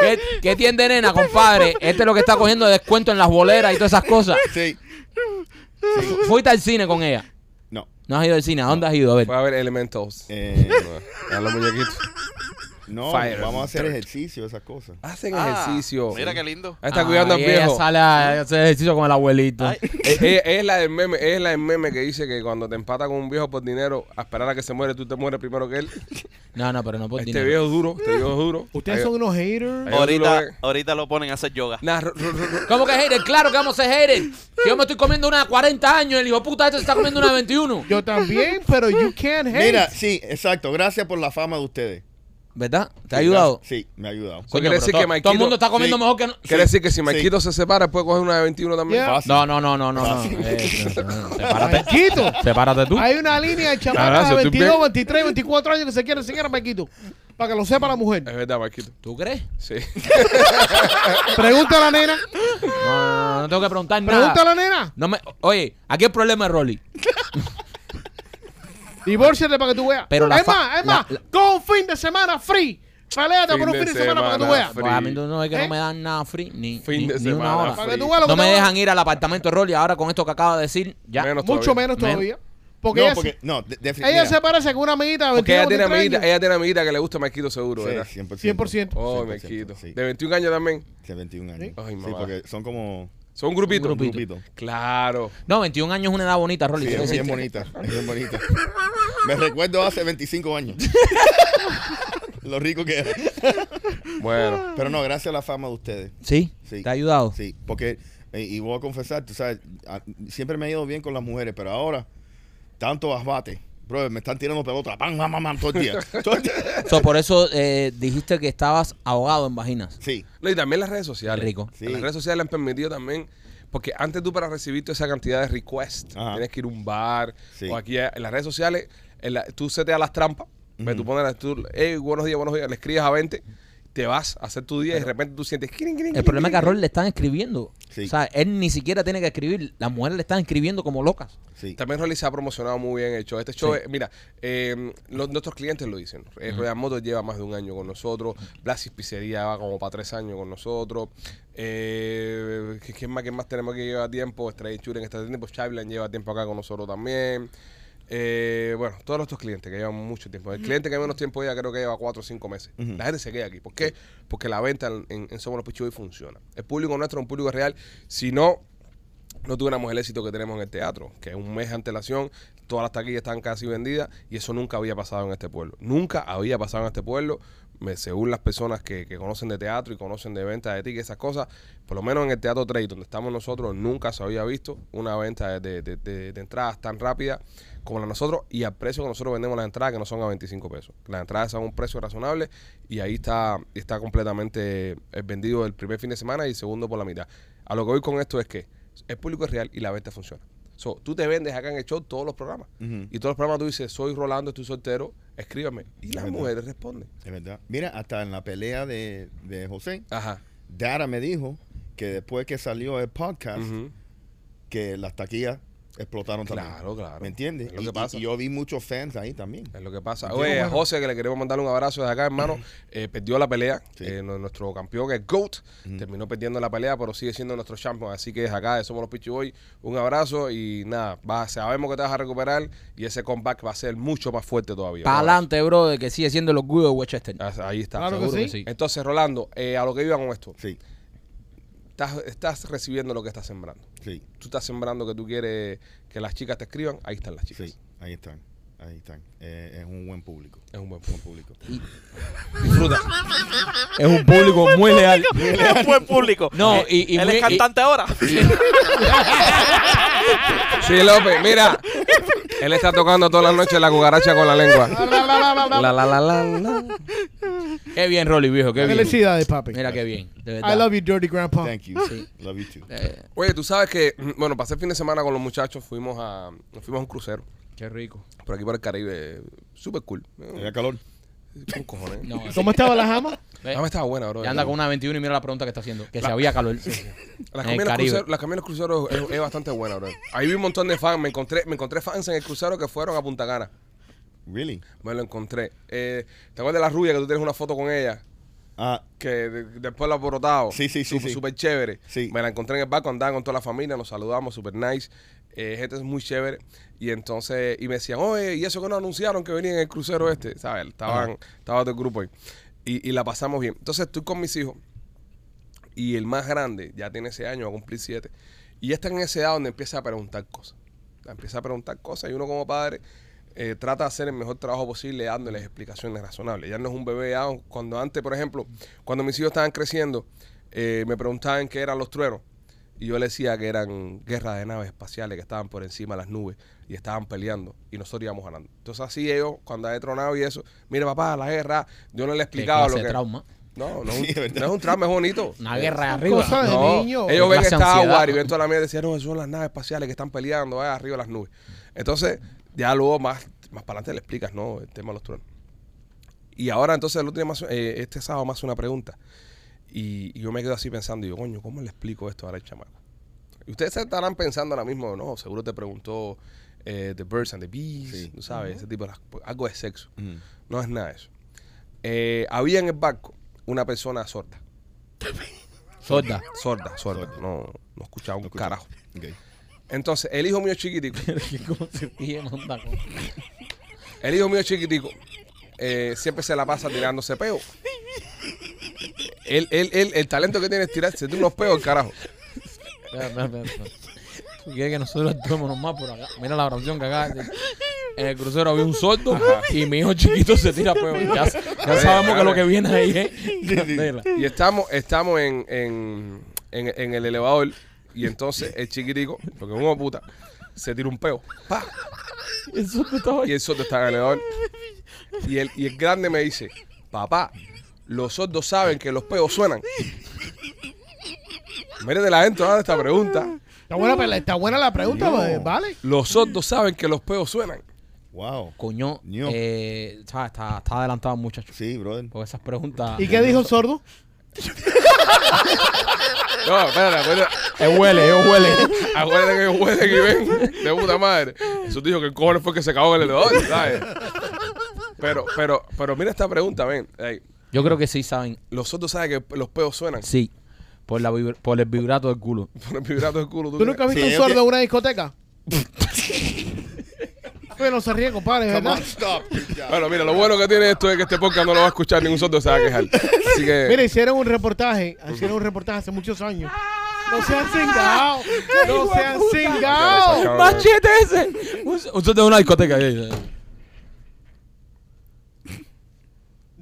C: qué- qué tiende, nena, compadre? Este es lo que está cogiendo de descuento en las boleras y todas esas cosas.
E: Sí.
C: Fuiste al cine con ella.
E: No.
C: No has ido al cine. ¿A dónde has ido? A ver.
A: Voy a ver Elementals.
E: Eh,
A: A los muñequitos.
E: no,
A: Fire.
E: vamos a hacer ejercicio, esas cosas.
A: Hacen
F: Ah,
A: ejercicio.
F: Mira qué lindo.
A: Ahí está cuidando al
C: Ay, ella
A: viejo.
C: sale a hacer ejercicio con el abuelito.
F: Ay,
A: Es, es- es la del meme, es la del meme que dice que cuando te empata con un viejo por dinero, a esperar a que se muere, tú te mueres primero que él.
C: No, no, pero no por
A: este
C: dinero.
A: viejo es duro, este viejo es duro.
D: Ustedes
A: Ahí-
D: son unos haters.
A: Ahí tú lo
F: ahorita,
A: ves.
F: ahorita lo ponen a hacer yoga.
A: Nah, ro- ro- ro- ro-
C: ¿Cómo que hater? Claro que vamos a ser hater. Si yo me estoy comiendo una de 40 años, el hijo puta este se está comiendo una de 21.
D: Yo también, pero you can't hate.
E: Mira, sí, exacto. Gracias por la fama de ustedes.
C: ¿Verdad? ¿Te ha
E: Sí,
C: ayudado?
E: gracias. Sí, me ha ayudado.
A: Quiere
C: pero
A: decir
C: todo-
A: que
C: todo el
A: Maikito-
C: mundo está comiendo
E: Sí.
C: mejor que no.
A: Quiere decir que si
E: Sí.
A: Maikito se separa, puede coger una de 21 también.
D: Yeah.
E: Fácil.
C: No, no, no, no, no, no.
E: Fácil.
C: Eh, no, no, no. Sepárate.
D: Maikito.
C: Sepárate tú.
D: Hay una línea de chamacas
A: Carazo,
D: de
A: ¿tú
D: 22,
A: bien?
D: 23, 24 años que se quieren enseñar a Maikito. Para que lo sepa la mujer.
A: Es verdad, Maikito.
C: ¿Tú crees?
A: Sí.
D: Pregunta a la nena.
C: No, no, no, no tengo que preguntar
D: Pregunta a
C: nada.
D: la nena.
C: No me, oye, aquí el problema es Rolly.
D: Divórciate para que tú veas.
C: Pero la
D: es
C: fa-
D: más, es
C: la-
D: más.
C: la-
D: Con un fin de semana free. Paléate
A: Fin
D: por un
A: de
D: fin de semana para que tú
A: semana
D: veas.
A: free.
C: Pues a mí no es que no
D: ¿Eh?
C: me dan nada free, ni,
A: Fin
C: ni-
A: de
C: ni una
A: semana
C: hora.
D: Para que
A: free.
D: tú veas lo que
C: No me
D: te-
C: dejan ir al apartamento de Rolly ahora con esto que acaba de decir. Ya.
A: Menos
D: Mucho
A: todavía.
D: menos
C: Men-
D: todavía. Porque,
E: no,
D: ella,
E: porque,
D: se,
E: no, de- de-
D: ella
E: mira.
D: se parece con una amiguita de
A: Porque ella
D: 22,
A: tiene
D: 23
A: amiguita,
D: años.
A: ella tiene amiguita que le gusta a Maikito seguro, ¿verdad?
E: Sí, 100%.
D: 100%.
A: Oh,
E: 100%,
A: Maikito.
E: Sí,
A: De 21 años también.
E: de 21 años.
D: Sí.
A: Ay,
E: sí,
A: mamá.
E: porque son como
A: Son un grupito.
C: Un
E: un
C: grupito.
E: grupito.
A: Claro.
C: No, 21 años es una edad bonita, Rolly.
E: Sí,
C: quiero
E: es bien
C: decirte.
E: bonita, es bien bonita. Me recuerdo hace 25 años. Lo rico que era.
A: Bueno.
E: Pero no, gracias a la fama de ustedes.
C: ¿Sí?
E: Sí.
C: ¿Te ha ayudado?
E: Sí, porque, eh, y voy a confesar, tú sabes, a- siempre me ha ido bien con las mujeres, pero ahora, tanto asbate, bro, me están tirando pelota, pam, pam, pam, pam, todo el día. todo el día.
C: So, por eso eh, dijiste que estabas ahogado en vaginas.
E: Sí,
A: No, y también las redes sociales.
C: Rico.
E: Sí.
A: Las redes sociales le han permitido también. Porque antes tú para recibir toda esa cantidad de requests,
E: Ajá.
A: tienes que ir a un bar.
E: Sí.
A: O aquí eh, en las redes sociales, en la- tú seteas las trampas. ve, Tú pones, la- tú, hey, buenos días, buenos días, le escribes a 20, te vas a hacer tu día y de repente tú sientes... "Kirin, kirin,
C: El
A: kirin,
C: problema es que a
A: kirin".
C: Rolly le están escribiendo.
E: Sí.
C: O sea, él ni siquiera tiene que escribir. Las mujeres le están escribiendo como locas.
E: sí.
A: También Rolly se ha promocionado muy bien el show. Este show,
C: Sí.
A: es- mira, eh, los- nuestros clientes lo dicen. Eh, Royal Motors lleva más de un año con nosotros. Blasis Pizzería va como para tres años con nosotros. Eh, ¿qué- ¿Quién más, quién más tenemos que lleva tiempo? Stray Churen está tiempo. Chavlan lleva tiempo acá con nosotros también. Eh, bueno, todos nuestros clientes que llevan mucho tiempo. El cliente que menos tiempo ya creo que lleva cuatro o cinco meses. La gente se queda aquí. ¿Por qué? Porque la venta en, en- en Somos los Pichuy funciona. El público nuestro es un público real. Si no, no tuviéramos el éxito que tenemos en el teatro, que es un mes de antelación, todas las taquillas están casi vendidas y eso nunca había pasado en este pueblo. Nunca había pasado en este pueblo, me- según las personas que, que conocen de teatro y conocen de ventas de tickets, esas cosas, por lo menos en el Teatro Trade, donde estamos nosotros, nunca se había visto una venta de, de- de- de entradas tan rápida como la de nosotros y al precio que nosotros vendemos las entradas, que no son a 25 pesos. Las entradas son a un precio razonable y ahí está, está completamente eh, vendido el primer fin de semana y el segundo por la mitad. A lo que voy con esto es que el público es real y la venta funciona. So, tú te vendes acá en el show todos los programas. Y todos los programas tú dices, soy Rolando, estoy soltero, escríbame. Y las
E: verdad.
A: mujeres responden.
E: Es verdad. Mira, hasta en la pelea de, de José,
A: Ajá.
E: Dara me dijo que después que salió el podcast,
A: Ujú.
E: que las taquillas explotaron también.
A: Claro, claro.
E: ¿Me entiendes?
A: Es lo
E: Y-
A: que
E: y-
A: pasa.
E: y yo vi muchos fans ahí también.
A: Es lo que pasa.
E: Diego,
A: Oye, a
E: bueno.
A: José, que le queremos mandar un abrazo desde acá, hermano. eh, perdió la pelea.
E: Sí.
A: Eh, nu- nuestro campeón, que es GOAT, terminó perdiendo la pelea, pero sigue siendo nuestro champion. Así que desde acá, de Somos los Pichi Boy, un abrazo y nada, vas- sabemos que te vas a recuperar y ese comeback va a ser mucho más fuerte todavía.
B: Para adelante, brother, que sigue siendo el orgullo de Westchester.
A: Ah, Ahí está.
D: Claro que
A: seguro
D: sí.
A: Entonces, Rolando, eh, a lo que iba con esto,
E: Sí,
A: estás, estás recibiendo lo que estás sembrando.
E: sí,
A: Tú estás sembrando que tú quieres que las chicas te escriban, ahí están las chicas.
E: sí. Ahí están. Ahí están. Eh, es un buen público.
A: Es un buen
E: Buen
A: punto.
E: público.
A: Disfruta.
B: Ah, Es un público muy leal.
F: Es un buen público.
B: No,
F: Eh,
B: y- y
F: él
B: muy-
F: es cantante ahora.
A: Sí, López, mira. Él está tocando todas las noches la cucaracha con la lengua. La, la, la, la, la.
B: Qué bien, Rolly, viejo, qué bien.
D: Felicidades, papi.
B: Mira qué bien, de verdad.
D: I love you, dirty grandpa.
E: Thank you. Love you too.
A: Oye, tú sabes que, mm, bueno, pasé el fin de semana con los muchachos, fuimos a, nos fuimos a un crucero
B: Qué rico.
A: por aquí por el Caribe, súper cool.
E: Era calor.
A: Con cojones.
B: No, eh,
D: ¿Cómo estaba la jama?
A: La cama estaba buena, bro.
B: ya anda con una 21 y mira la pregunta que está haciendo. Que si había calor.
A: La
B: en el
A: comida en los
B: Caribe.
A: cruceros- la comida en los cruceros es, es bastante buena, bro. Ahí vi un montón de fans, me encontré, me encontré fans en el crucero que fueron a Punta Cana.
E: Really?
A: Me lo encontré. Eh, ¿Te acuerdas de la rubia que tú tienes una foto con ella?
E: Ah,
A: que de- después la borotado.
E: Sí, sí, sí,
A: Súper,
E: sí.
A: súper chévere.
E: Sí.
A: Me la encontré en el barco, andaba con toda la familia, nos saludamos, súper nice. Eh, gente es muy chévere. Y entonces, y me decían, oye, y eso que no anunciaron que venían en el crucero este, ¿sabes? Estaban, estaba todo el grupo ahí. Y, y la pasamos bien. Entonces estoy con mis hijos y el más grande ya tiene ese año, va a cumplir siete. Y ya está en esa edad donde empieza a preguntar cosas. Empieza a preguntar cosas y uno como padre eh, trata de hacer el mejor trabajo posible dándoles explicaciones razonables. Ya no es un bebé, ya cuando antes, por ejemplo, cuando mis hijos estaban creciendo, eh, me preguntaban qué eran los truenos. Y yo les decía que eran guerras de naves espaciales que estaban por encima de las nubes y estaban peleando y nosotros íbamos ganando. Entonces así ellos, cuando hay tronado y eso, mira papá, la guerra, yo no les
B: Qué
A: explicaba lo
B: clase
A: que...
B: de trauma.
A: No, no, es un-
E: Sí, es verdad.
A: no es un trauma, es bonito.
B: Una guerra de
D: Son
B: arriba.
D: cosas- de
A: No,
D: niño.
A: ellos ven
B: Clase de
A: esta
B: ansiedad,
A: agua y
B: ¿no?
A: ven toda la mierda y decían, no, son las naves espaciales que están peleando ahí arriba de las nubes. Entonces, ya luego más, más para adelante le explicas, ¿no? El tema de los truenos. Y ahora entonces el otro día me hace- eh, este sábado me hace una pregunta. Y, y yo me quedo así pensando, y yo, coño, ¿cómo le explico esto ahora al chamaco? Y ustedes se estarán pensando ahora mismo, no, seguro te preguntó eh, The Birds and the Bees,
E: Sí.
A: ¿no ¿sabes? Ese tipo de las- algo de sexo.
E: mm.
A: No es nada de eso. Eh, había en el barco una persona sorda.
B: Sorda.
A: Sorda, sorda.
E: Sorda.
A: No, no escuchaba un
E: No escuché.
A: carajo.
E: Ok.
A: Entonces, el hijo mío chiquitico,
B: ¿Cómo se ríe, manda?
A: el hijo mío chiquitico, eh, siempre se la pasa tirándose peo. Él, él, él, el talento que tiene es tirarse de unos peos, carajo.
B: Espera, espera, espera, espera. ¿Tú quieres que nosotros actuemos más por acá? Mira la oración que acá. En el crucero había un sordo y mi hijo chiquito se tira pues. Ya, ya
A: Oye,
B: sabemos que
A: dale.
B: lo que viene ahí es. candela.
A: Y estamos, estamos en, en, en, en el elevador. Y entonces el chiquitico, porque es una puta, se tira un peo. ¡Pa!
B: El sordo estaba
A: Y el sordo está en el elevador. Y el, y el grande me dice, papá, los sordos saben que los peos suenan. Méretela adentro de esta pregunta.
D: Está buena, pero está buena la pregunta, eh, ¿vale?
A: Los sordos saben que los peos suenan.
E: Wow.
B: Coño,
E: Ño.
B: eh, está, está, está adelantado el muchacho.
E: Sí, brother.
B: Porque esas preguntas.
D: ¿Y qué dijo el sordo?
A: No, espérate, acuérdate,
B: Él huele, él huele.
A: acuérdate que huelen y ven. De puta madre. Eso te dijo que el cojones fue el que se cagó en el elevador, ¿sabes? Pero, pero, pero mira esta pregunta, ven. Ey,
B: Yo creo que sí saben.
A: los sordos saben que los peos suenan.
B: Sí. Por, la vibra- por el vibrato del culo.
A: Por el vibrato del culo. ¿tú
D: ¿Tú
A: crees?
D: nunca has visto
E: Sí,
D: un
E: yo
D: sordo
E: que-
D: en una discoteca? Oye, no se ríe, compadre,
E: Come
D: ¿verdad?
E: on, stop. Ya.
A: Bueno, mira, lo bueno que tiene esto es que este podcast no lo va a escuchar ningún sordo se va a quejar. Así que.
D: Mira, hicieron un reportaje, hicieron un reportaje hace muchos años. No se han cingado, no se han cingado.
A: Cabrón.
B: ¡Machete ese! Un- Un sordo de una discoteca. eh, eh.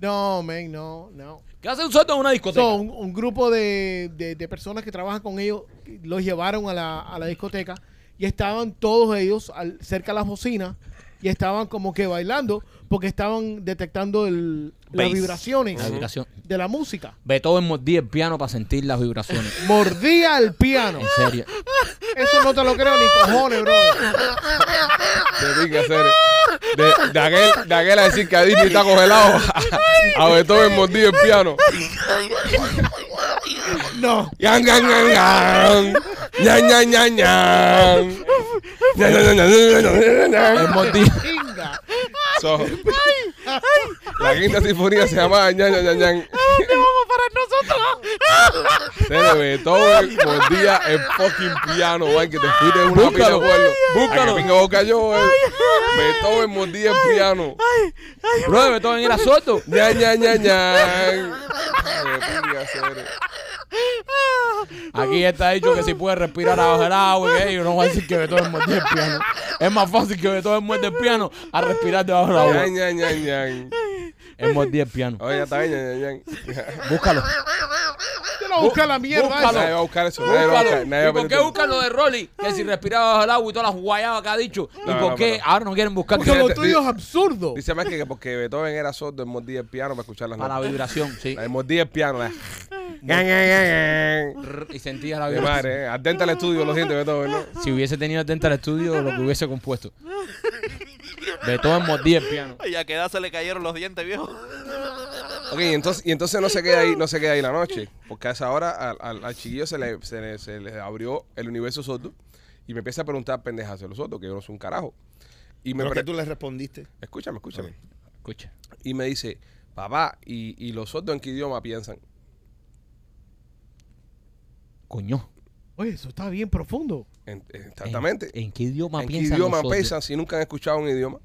D: No, man, no, no.
B: ¿Qué hace un sordo en una discoteca?
D: So, un, un grupo de, de- de personas que trabajan con ellos los llevaron a la, a la discoteca y estaban todos ellos al- cerca de las bocinas y estaban como que bailando porque estaban detectando el- las
F: Bass.
D: vibraciones
B: La vibración.
D: de la música.
B: Beethoven mordía el piano para sentir las vibraciones.
D: Mordía el piano.
B: En serio.
D: Eso no te lo creo ni cojones, bro.
A: Te tiene que hacer. De, de aquel, de aquel a decir que a Disney está congelado. A, a Beethoven mordido el piano.
D: No.
A: Yan, yan, yan, yan. Yan, yan, yan, yan. So,
D: Chinga.
A: la quinta sinfonía se llama ñan, ñan, ñan, ñan.
F: vamos para nosotros?
A: Se le ve todo el mordía el fucking piano, man, que te fuiste de una pila,
B: Búscalo,
A: pueblo.
B: búscalo.
A: A que venga boca yo, eh. Beethoven mordía el piano.
B: Bro, Beethoven era sordo.
A: Ñan, ñan, ñan, ñan. Qué podía ser.
B: Aquí está dicho que si puede respirar abajo el agua, que yo no voy a decir que Beethoven muerde el piano. Es más fácil que Beethoven muerde el piano a respirar debajo del agua.
A: Ñan, ñan, ñan, ñan.
B: Es mordía el piano.
A: Oye, ya está bien, ñan, ñan, ñan.
B: Búscalo.
D: Yo no busca la mierda.
B: búscalo.
A: Nadie va a buscar eso. Nadie lo va a buscar. Nadie va
B: ¿Y
A: a
B: por qué
A: perder
B: buscan lo de Rolly? Que si respiraba bajo el agua y todas las guayabas que ha dicho. ¿Y
A: No,
B: por
A: no,
B: qué
A: pero-
B: ahora no quieren buscar
D: Porque
A: Búscalo.
B: que-
D: lo tuyo es absurdo.
A: Dice más que que porque Beethoven era sordo, él mordía el piano para escuchar las
B: para la
A: notas.
B: vibración? Sí.
A: Él mordía el piano. la- Ñan, ñan, ñan, ñan.
B: Y sentías la
A: Mi
B: vibración.
A: madre, eh. Atenta al estudio, lo siento, Beethoven, ¿no?
B: Si hubiese tenido atenta al estudio, lo que hubiese compuesto. Beethoven mordía el piano.
F: Y a queda se le cayeron los dientes, viejo.
A: Ok, y entonces, y entonces no se queda ahí, no se queda ahí la noche. Porque a esa hora al, al- al chiquillo se le, se, le, se le abrió el universo sordo y me empieza a preguntar pendejas de los sordos, que yo no soy un carajo. Y me
E: Pero que
A: pre-
E: tú le respondiste.
A: Escúchame, escúchame.
B: Escucha.
A: Y me dice, papá, ¿y, ¿y los sordos en qué idioma piensan?
B: Coño.
D: Oye, eso está bien profundo.
A: En- en- exactamente.
B: ¿En, en qué idioma
A: ¿En qué
B: piensan
A: idioma
B: los sordos?
A: pesan si nunca han escuchado un idioma?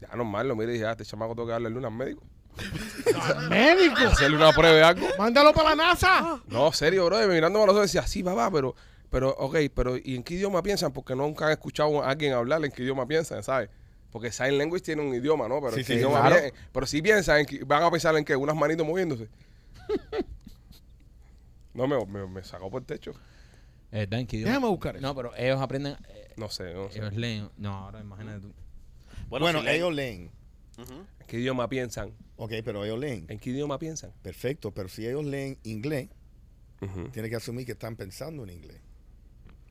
A: Ya normal, lo mire y dije, ah, este chamaco tengo que darle luna al médico.
D: Médico.
A: Hacerle una prueba de algo.
D: Mándalo para la NASA.
A: No, serio, bro. Mirándome a los ojos decía, sí, papá, pero, pero, ok, pero ¿y en qué idioma piensan? Porque nunca han escuchado a alguien hablar en qué idioma piensan, ¿sabes? Porque Sign Language tiene un idioma, ¿no? Pero,
E: Sí,
A: ¿en qué
E: sí,
A: idioma
E: claro.
A: piensan? pero si piensan, en qué- van a pensar en que unas manitos moviéndose. No, me, me, me sacó por el techo.
B: Eh, ¿verdad? ¿En qué idioma?
D: Déjame buscar eso.
B: No, pero ellos aprenden. eh,
A: No sé, no sé.
B: ellos leen. No, ahora imagínate tú.
E: Bueno,
F: si le-
E: ellos leen.
A: ¿En qué idioma piensan?
E: Ok, pero ellos leen.
A: ¿En qué idioma piensan?
E: Perfecto, pero si ellos leen inglés,
A: Ujú.
E: tiene que asumir que están pensando en inglés.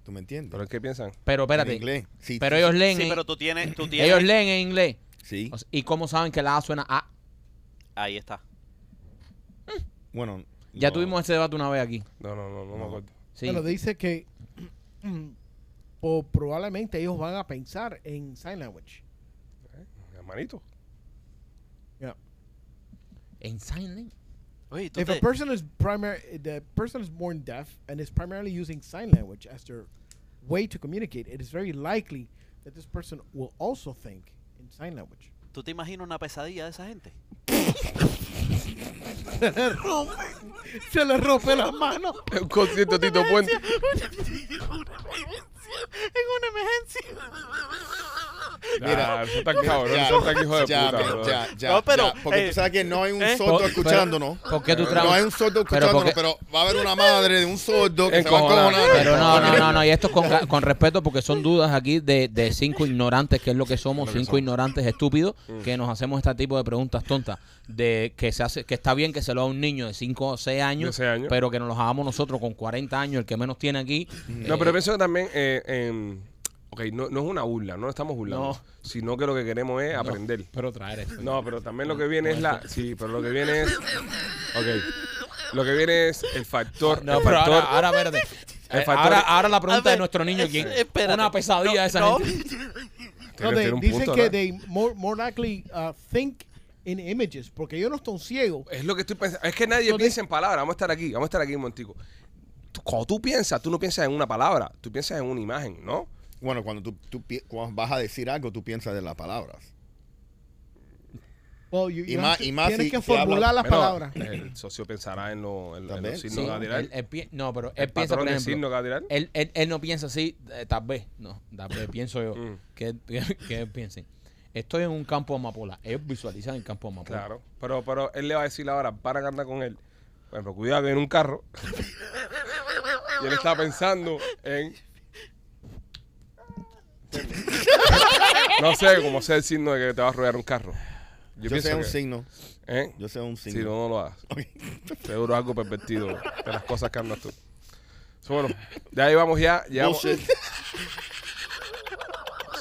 E: ¿Tú me entiendes?
A: ¿Pero en qué piensan?
B: Pero
E: En
B: espérate.
E: inglés. Sí,
B: Pero
E: sí,
B: ellos leen.
F: Sí,
B: en-
F: pero tú tienes, tú tienes.
B: ellos leen en inglés.
E: Sí.
B: O sea, ¿Y cómo saben que la A suena A?
F: Ahí está.
E: Bueno.
B: Ya
E: no.
B: tuvimos ese debate una vez aquí.
A: No, no, no, no, me
E: No.
A: acuerdo.
B: Sí.
D: Bueno, dice que mm, po- probablemente ellos van a pensar en sign language.
A: Hermanito.
D: Yeah.
B: En sign language.
F: Oye, ¿tú
D: If a
F: te-
D: person is primary, the person is born deaf and is primarily using sign language as their way to communicate, it is very likely that this person will also think in sign language.
F: ¿tú te imaginas una pesadilla de esa gente?
D: Se le rompe la mano.
A: Un concierto Tito Puente.
F: en una emergencia.
E: Mira.
A: Mira, son tan cabrones, son tan hijos de
E: ya,
A: puta,
E: ya,
A: bro.
E: ya, ya,
F: No, pero,
E: ya, Porque
F: eh,
E: tú sabes que no hay un
F: eh.
E: sordo
B: Pero-
E: escuchándonos.
B: ¿Por qué tú
E: no
B: trabajas?
E: hay un
B: Pero
E: sordo escuchándonos,
B: porque-
E: pero, va a haber una madre de un sordo que se va a
A: Encojonada.
E: encojonar.
B: Pero no, no, no, no, y esto es con, con respeto porque son dudas aquí de, de cinco ignorantes, que es lo que somos, cinco ignorantes estúpidos,
A: Mm.
B: que nos hacemos este tipo de preguntas tontas, de que se hace, que está bien que se lo haga un niño de 5 o 6 años,
A: De seis años.
B: pero que nos los hagamos nosotros con 40 años, el que menos tiene aquí.
A: No,
B: eh,
A: pero pienso que también, eh, em, ok, no, no es una burla, no nos estamos burlando,
B: No.
A: sino que lo que queremos es aprender.
B: eh, pero traer esto.
A: No, pero también lo que viene es la, sí, pero lo que viene es, ok, lo que viene es el factor,
B: No,
A: el
B: pero
A: factor,
B: ahora, ahora espérate.
A: El
B: Eh,
A: factor-
B: ahora, ahora la pregunta
F: A
B: de
F: ver,
B: nuestro niño,
F: es-
B: ¿quién?
F: espérate.
B: Una pesadilla
F: No,
B: de esa
F: no.
B: gente.
A: tiene que
D: No, they,
A: tener un
D: dicen
A: punto,
D: que
A: ¿verdad?
D: they more, more likely uh, think in images porque ellos no están ciegos.
A: es lo que estoy pensando, es que nadie
D: Entonces-
A: piensa en palabras, vamos a estar aquí, vamos a estar aquí un momentico. Tú- Cuando tú piensas, tú no piensas en una palabra, tú piensas en una imagen, ¿no?
E: Bueno, cuando tú, tú pi- cuando vas a decir algo, tú piensas de las palabras.
D: Well, you-
E: Y
D: you
E: más-
D: have to-
E: y más
D: tienes
E: si-
D: que
E: si hablas-
D: formular las
A: Bueno,
D: palabras.
A: El socio pensará en, lo, en, en
E: También,
A: los signos
B: Sí,
A: gatillantes.
B: él- él pi- no, pero él
A: El
B: piensa, por
A: patrón de
B: ejemplo,
A: signo gatilante.
B: él, él, él no piensa así, eh, tal vez, no, tal vez pienso yo,
A: Mm.
B: que, que, él piense, estoy en un campo de amapola, ellos visualizan el campo de amapola.
A: Claro, pero, pero él le va a decir ahora, para que anda con él. Por ejemplo, cuidado que viene un carro. y él está pensando en. no sé cómo sé el signo de que te va a rodear un carro.
E: Yo,
A: pienso
E: sé un
A: que-
E: signo.
A: ¿Eh?
E: Yo sé un
A: si
E: signo.
A: no, no lo hagas. Seguro algo pervertido de las cosas que andas tú. So, bueno, ya llevamos ya. Llevamos,
E: Bullshit.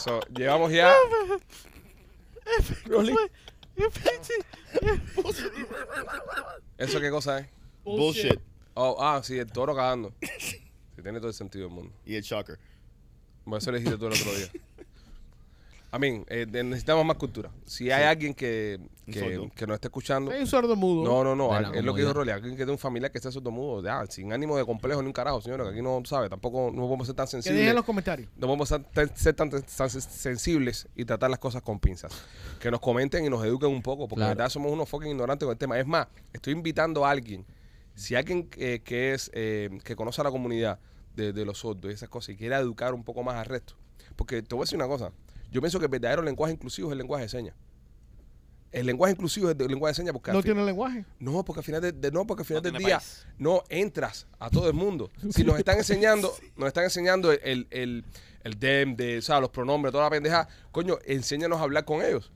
A: so, llevamos ya. ¿Eso qué cosa es?
E: Bullshit.
A: Oh, ah, sí, el toro cagando. Sí, tiene todo el sentido del mundo.
E: Y el shocker.
A: Bueno, eso le dijiste tú el otro día. A mí, necesitamos más cultura. Si hay alguien que,
E: Un
A: que,
E: sordo.
A: que nos está escuchando.
D: Hay un sordo mudo.
A: No, no, no.
B: De
A: al-
B: la
A: Es lo que dijo
B: comodidad.
A: Rolly. Alguien que tiene un familiar que esté sordomudo. Ya, sin ánimo de complejo ni un carajo, señores. Que aquí no sabe. Tampoco no podemos ser tan
D: que dejen en
A: sensibles.
D: los comentarios.
A: No podemos ser tan, ser tan- tan sensibles y tratar las cosas con pinzas. Que nos comenten y nos eduquen un poco, porque
B: Claro.
A: en verdad somos unos fucking ignorantes con el tema. Es más, estoy invitando a alguien, si alguien eh, que es eh, que conoce a la comunidad de, de los sordos y esas cosas y quiera educar un poco más al resto, porque te voy a decir una cosa, yo pienso que el verdadero lenguaje inclusivo es el lenguaje de señas. El lenguaje inclusivo es el de- lenguaje de señas porque al
D: No
A: fin-
D: tienen lenguaje.
A: no, porque al final, de, de- no, porque al final
F: No
A: del
F: tiene
A: día
F: país.
A: no entras a todo el mundo. Si nos están enseñando, nos están enseñando el, el, el dem, de, o sea, los pronombres, toda la pendeja, coño, enséñanos a hablar con ellos.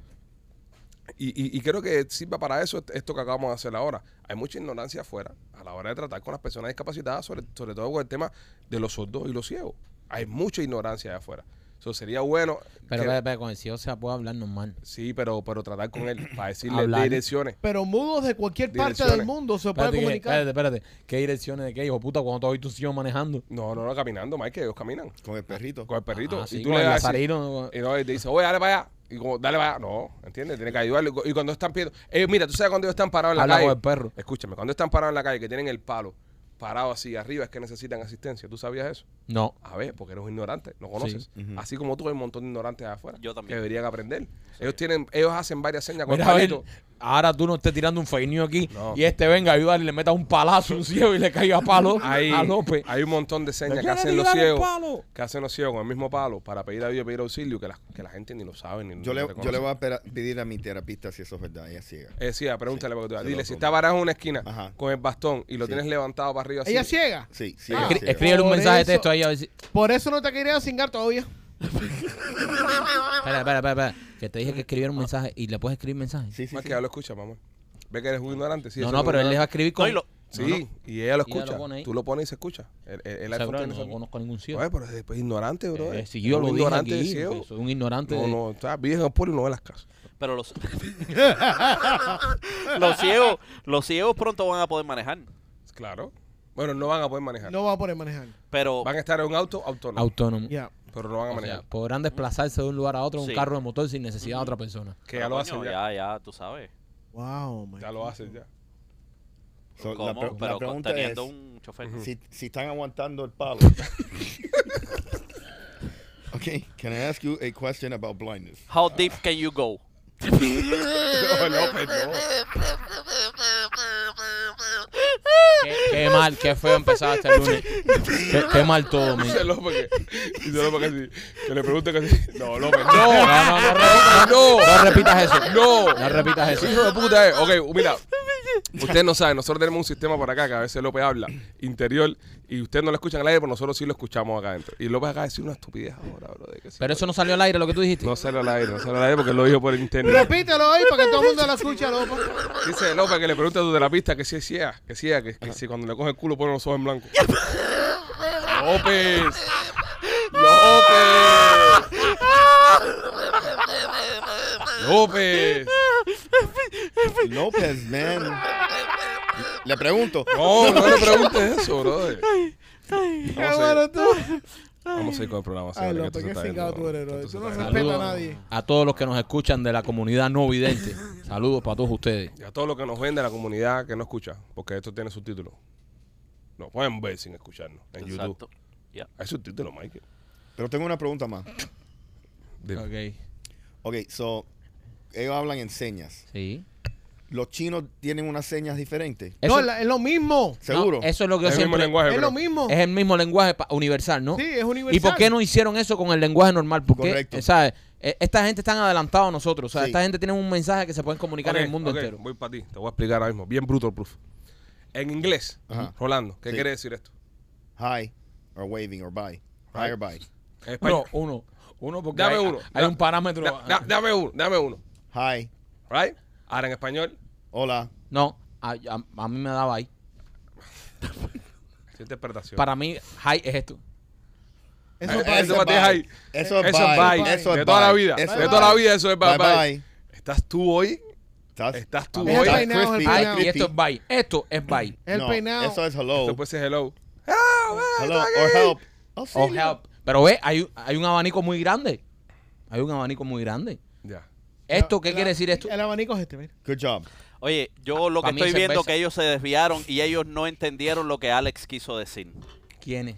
A: Y, y- y creo que sirva para eso est- esto que acabamos de hacer ahora. Hay mucha ignorancia afuera a la hora de tratar con las personas discapacitadas, sobre, sobre todo con el tema de los sordos y los ciegos. Hay mucha ignorancia allá afuera. Eso sería bueno.
B: Pero,
A: que-
B: pero, pero con el CEO se puede hablar normal.
A: sí, pero, pero tratar con él para decirle
B: Hablar.
A: direcciones.
D: Pero mudos de cualquier parte
A: Direcciones.
D: del mundo se
B: Espérate,
D: pueden
B: que- espérate,
D: comunicar.
B: espérate. ¿Qué direcciones de qué, hijo puta? Cuando tú has visto un CEO manejando.
A: No, no, no, caminando, Mike, que ellos caminan.
E: Con el perrito.
A: con el perrito.
B: Ah,
A: y
B: sí,
A: tú
B: con
A: le
B: el
A: das así,
B: lazarino.
A: Y no, y te dice, oye, dale para allá. Y como, dale para allá. No, ¿entiendes? Tiene que ayudarlo. Y cu- Y cuando están pidiendo. Eh, mira, tú sabes cuando ellos están parados en la
B: Habla
A: calle.
B: con el perro.
A: Escúchame, cuando están parados en la calle, que tienen el palo parado así arriba, es que necesitan asistencia. ¿Tú sabías eso?
B: No.
A: A ver, porque eres un ignorante, no conoces. Así como tú, hay un montón de ignorantes allá afuera.
F: Yo también.
A: Que deberían aprender. Ellos tienen, ellos hacen varias señas con el
B: Mira, a ver,
A: palito.
B: ahora tú no estés tirando un fake news aquí
A: No.
B: y este venga a ayudar y le meta un palazo a un ciego y le caiga a palo
A: Hay,
B: a López.
A: hay un montón de
B: ¿Me
A: señas que
B: quieres
A: hacen los
B: tirar el
A: ciegos.
B: palo?
A: Que hacen los ciegos con el mismo palo para pedir ayuda y pedir auxilio que la, que la gente ni lo sabe ni
E: Yo
A: ni lo
E: le, yo
A: reconoce.
E: le voy a pera- pedir a mi terapista si eso es verdad. Ella es ciega.
A: Eh, sí, ah, pregúntale porque tú-
E: se lo
A: Dile, si
E: pregunto.
A: está varado en una esquina
E: Ajá.
A: con el bastón y lo
E: Sí.
A: tienes levantado para arriba así.
D: Ella es ciega.
E: Sí,
D: Ah.
E: ciega.
D: Escri-
E: ciega.
B: Escríbele un
D: Por
B: mensaje
D: eso-
B: de texto ahí a ver si.
D: Por eso no te quería cingar todavía.
B: Espera, espera, espera, espera. Que te dije que escribiera
A: Ah.
B: un mensaje y le puedes escribir mensaje.
E: Sí, sí,
A: Más
E: sí.
A: que ya lo escucha, mamá. Ve que eres un ignorante. Sí,
B: no,
A: eso
B: no,
A: es
B: pero
A: un
B: él le va a
A: ignorante.
B: escribir
F: No,
B: con.
F: y lo-
A: Sí, y ella lo
B: Ella lo
A: escucha.
B: pone ahí.
A: Tú lo pones y se escucha. El, el, el
B: O sea,
A: iPhone
B: bro,
A: tiene
B: no
A: esa-
B: conozco a ningún ciego.
A: Oye, pero es es ignorante, bro.
B: Eh,
A: eh.
B: si yo
A: Es
B: lo
A: un
B: dije
A: ignorante
B: aquí,
A: de ciego.
B: que soy un ignorante.
A: No,
B: de-
A: no, está bien en puro y no ve las casas.
F: Pero los, los ciegos, los ciegos pronto van a poder manejar.
A: Claro. Bueno, no van a poder manejar.
D: No va a poder manejar.
B: Mm.
F: Pero
A: Van a estar en un auto autónomo.
B: Autónomo.
D: Ya.
A: pero no van a
B: O
A: manejar.
B: sea, podrán desplazarse de un lugar a otro en
F: Sí.
B: un carro de motor sin necesidad de otra persona.
A: que ya
F: pero,
A: lo
F: coño,
A: hacen ya.
F: ya, ya, tú sabes.
D: Wow, man.
A: Ya lo hacen ya.
E: So, la,
F: ¿Cómo?
E: pre- la
F: pero con-
E: pregunta es:
F: teniendo un chofer.
E: si, si están aguantando el palo. okay, can I ask you a question about blindness?
F: How deep can you go?
A: No, López, no.
B: Qué, qué mal, qué feo empezar este lunes. Qué, qué mal todo, men.
A: Dice López que, dice López que, sí, que le pregunte que sí. No, López,
B: No,
A: no.
B: no, no, repitas,
A: No.
B: no repitas eso.
A: No.
B: No repitas eso.
A: Hijo de puta, eh. Ok, mira. Ustedes no saben, nosotros tenemos un sistema por acá que a veces López habla interior y ustedes no lo escuchan al aire, pero nosotros sí lo escuchamos acá adentro. Y López acaba de decir una estupidez ahora, bro. De que sí.
B: Pero eso no salió al aire lo que tú dijiste.
A: No sale al aire, no sale al aire porque lo dijo por internet.
D: Repítelo ahí para que todo el mundo lo escuche, loco.
A: Dice López que le pregunta a tu terapista que si es ciega, que ciega, que, que si cuando le coge el culo pone los ojos en blanco. ¡López! ¡López! ¡López!
E: López, man. Le pregunto.
A: No, no le preguntes eso, brother.
D: Qué
A: Vamos a
D: bueno
A: seguir,
D: tú.
A: vamos a ir con el programa.
D: Ay,
A: señores, que
D: López,
A: esto se
D: qué
A: está
D: cingado
A: yendo-
D: tú eres,
A: esto
D: brother.
A: se
D: Tú no
A: está
D: respetas
A: yendo.
D: a
B: Saludos
D: nadie.
B: a todos los que nos escuchan de la comunidad no vidente. Saludos para todos ustedes.
A: Y a todo lo que nos vende la comunidad que no escucha, porque esto tiene subtítulos. Nos pueden ver sin escucharnos en
F: Exacto.
A: YouTube.
F: Ya.
A: Hay subtítulos, Mike.
E: Pero tengo una pregunta más.
A: Dime.
E: Ok, so. Ellos hablan en señas.
B: Sí.
E: Los chinos tienen unas señas diferentes.
D: No,
B: Eso-
D: la- es lo mismo.
E: ¿Seguro?
B: No, eso es lo que yo
A: Es el mismo
B: siempre-
A: lenguaje,
D: Es
A: Eh, pero-
D: lo mismo.
B: Es el mismo lenguaje pa- universal, ¿no?
D: Sí, es universal.
B: ¿Y por qué no hicieron eso con el lenguaje normal? Porque,
E: Correcto.
B: ¿sabes? E- Esta gente están adelantados a nosotros. O sea,
E: Sí.
B: esta gente tiene un mensaje que se pueden comunicar
A: Ok,
B: en el mundo
A: ok,
B: entero.
A: Voy para ti, te voy a explicar ahora mismo. Bien brutal proof. En inglés,
E: Ajá.
A: Rolando, ¿qué
E: Sí.
A: quiere decir esto?
E: Hi, or waving, or bye. Hi, or bye.
A: En español.
B: Uno, uno. Uno, porque
A: Dame
B: hay,
A: uno.
B: hay
A: Da-
B: un parámetro.
A: Da- da- dame uno, dame uno.
E: Hi,
A: Right? Ahora en español,
E: hola.
B: No, a, a- a mí me daba ahí.
A: es interpretación.
B: Para mí, high es esto.
A: Eh,
D: Eso
A: eh,
D: pasa.
A: eso para ti es ahí.
E: Eso es
A: Eso es
E: bye.
A: bye.
E: Eso es
A: De toda la
E: bye.
A: vida.
E: Eso
A: de
E: es
A: toda la
E: bye.
A: vida eso es bye
E: Bye,
A: bye.
E: bye.
A: ¿Estás tú hoy?
E: Estás,
A: Estás tú
E: estás
A: hoy.
E: crispy,
D: Peinado, el
E: estás
B: Ay,
D: peinado.
B: y
E: crispy.
B: esto es bye. Esto es bye.
D: El
E: No,
D: peinado.
E: Eso es hello.
A: Después es hello. Oh,
E: hello or help. Oh,
B: O Oh, help. Pero ve, hay, hay un abanico muy grande. Hay un abanico muy grande.
A: Ya.
B: ¿Esto
D: El-
B: qué
D: el-
B: quiere decir esto?
D: El abanico es este, mira.
E: Good job.
F: Oye, yo lo que
B: Pa' mí
F: estoy
B: es
F: viendo
B: cerveza.
F: que ellos se desviaron y ellos no entendieron lo que Alex quiso decir.
B: ¿Quién es?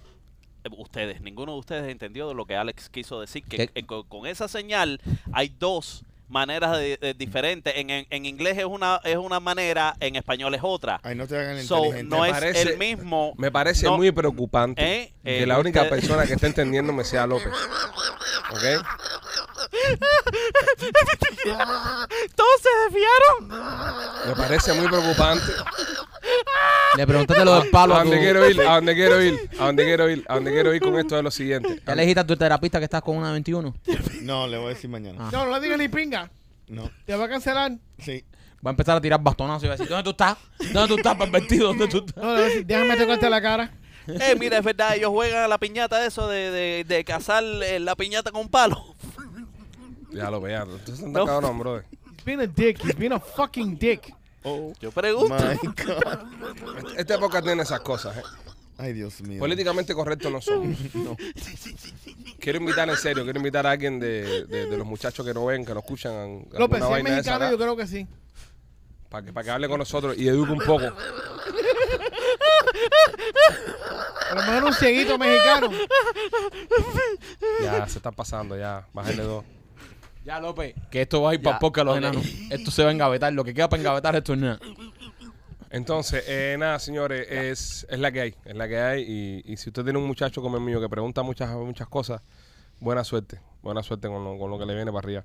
F: Eh, Ustedes, ninguno de ustedes entendió lo que Alex quiso decir. Que
B: ¿Qué?
F: eh, con, con esa señal hay dos maneras de- de diferentes. En, en- en inglés es una, es una manera, en español es otra.
E: Ay, no te hagan el
F: So,
E: inteligente.
F: no es
A: Parece-
F: el mismo.
A: Me parece
F: no-
A: muy preocupante
F: Eh, eh,
A: que la única
F: usted-
A: persona que está entendiendo me sea López. ¿Ok?
F: Todos se desviaron.
A: Me parece muy preocupante.
B: Le preguntaste lo del palo
A: A
B: a tu...
A: donde quiero ir, a donde quiero ir, a donde quiero ir, a donde quiero ir con esto de lo siguiente.
B: ¿Ya le dijiste a tu terapista que estás con una 21?
E: No, le voy a decir mañana.
B: Ah.
D: No, no le digas ni pinga.
E: No.
D: Te va a cancelar.
E: Sí.
B: Va a empezar a tirar bastonazos y va a decir, ¿dónde tú estás? ¿Dónde tú estás, pervertido? ¿Dónde tú estás?
D: No, le vas a decir, déjame tocarte la cara.
F: Eh, mira, es verdad, ellos juegan a la piñata eso de, de, de cazar eh, la piñata con palo.
A: Ya lo vean. Entonces
F: No.
A: no. cabrón, brother.
D: He's been a dick. He's been a fucking dick.
E: Oh.
F: Yo pregunto.
E: My God.
A: Esta época tiene esas cosas, ¿eh?
E: Ay, Dios mío.
A: Políticamente correcto no somos. Quiero invitar en serio, quiero invitar a alguien de, de- de los muchachos que no ven, que no escuchan alguna
D: López, si es
A: vaina de esa,
D: mexicano, yo
A: ¿verdad?
D: creo que sí.
A: para que, para que hable con nosotros y eduque un poco.
D: A lo mejor un cieguito mexicano.
A: Ya, se están pasando, ya. Bájenle dos.
B: Ya, López, que esto va a ir para
F: Ya,
B: poca los
F: ok.
B: enanos. Esto se va a engavetar. Lo que queda para engavetar esto es nada.
A: Entonces, eh, nada, señores, es, es la que hay, es la que hay. Y, y si usted tiene un muchacho como el mío que pregunta muchas, muchas cosas, buena suerte, buena suerte con lo, con lo que le viene para arriba.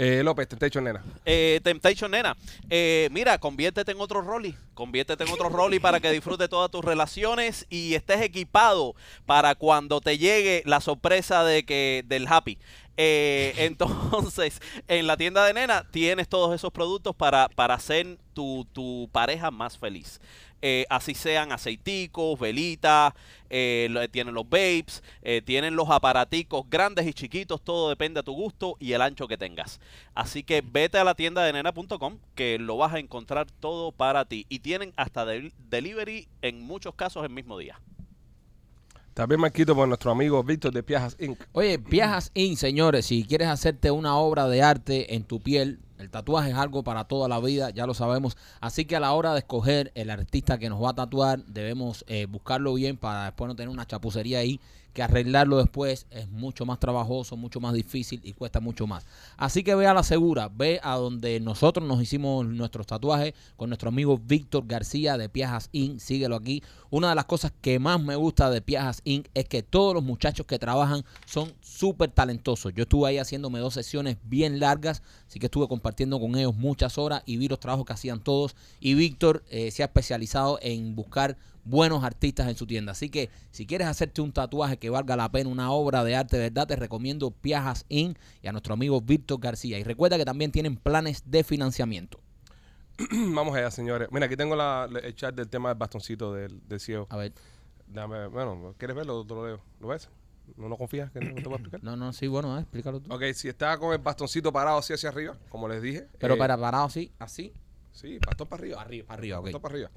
A: Eh, López, te te echo nena.
F: Eh, Temptation, nena. Eh, mira, conviértete en otro Rolly. Conviértete en otro Rolly para que disfrute todas tus relaciones y estés equipado para cuando te llegue la sorpresa de que del happy. Eh, entonces, en la tienda de nena tienes todos esos productos para, para hacer tu, tu pareja más feliz. Eh, así sean aceiticos, velitas, eh, lo- tienen los vapes, eh, tienen los aparaticos grandes y chiquitos, todo depende a tu gusto y el ancho que tengas. Así que vete a la tienda de nena.com que lo vas a encontrar todo para ti. Y tienen hasta del- delivery en muchos casos el mismo día.
A: También me quito por nuestro amigo Víctor de Piajas Inc.
B: Oye, Piajas In, señores, si quieres hacerte una obra de arte en tu piel, el tatuaje es algo para toda la vida, ya lo sabemos. Así que a la hora de escoger el artista que nos va a tatuar, debemos eh, buscarlo bien para después no tener una chapucería ahí, que arreglarlo después es mucho más trabajoso, mucho más difícil y cuesta mucho más. Así que ve a la segura, ve a donde nosotros nos hicimos nuestros tatuajes con nuestro amigo Víctor García de Piajas Inc. Síguelo aquí. Una de las cosas que más me gusta de Piajas Inc. es que todos los muchachos que trabajan son súper talentosos. Yo estuve ahí haciéndome dos sesiones bien largas, así que estuve compartiendo con ellos muchas horas y vi los trabajos que hacían todos. Y Víctor eh, se ha especializado en buscar buenos artistas en su tienda. Así que si quieres hacerte un tatuaje que valga la pena, una obra de arte, ¿verdad? Te recomiendo Piajas Inc. y a nuestro amigo Víctor García. Y recuerda que también tienen planes de financiamiento.
A: Vamos allá, señores. Mira, aquí tengo la, la- el chat del tema del bastoncito del, del ciego.
B: A ver,
A: Dame, bueno, ¿quieres verlo? Te lo leo. ¿Lo ves? ¿No, no confías que no te voy a explicar?
B: no, no, sí, bueno, ah, explícalo tú.
A: Ok, si está con el bastoncito parado así hacia arriba, como les dije.
B: Pero
A: eh,
B: para parado así, así,
A: Sí, bastón para arriba.
B: arriba, arriba, ok.
A: Está para arriba.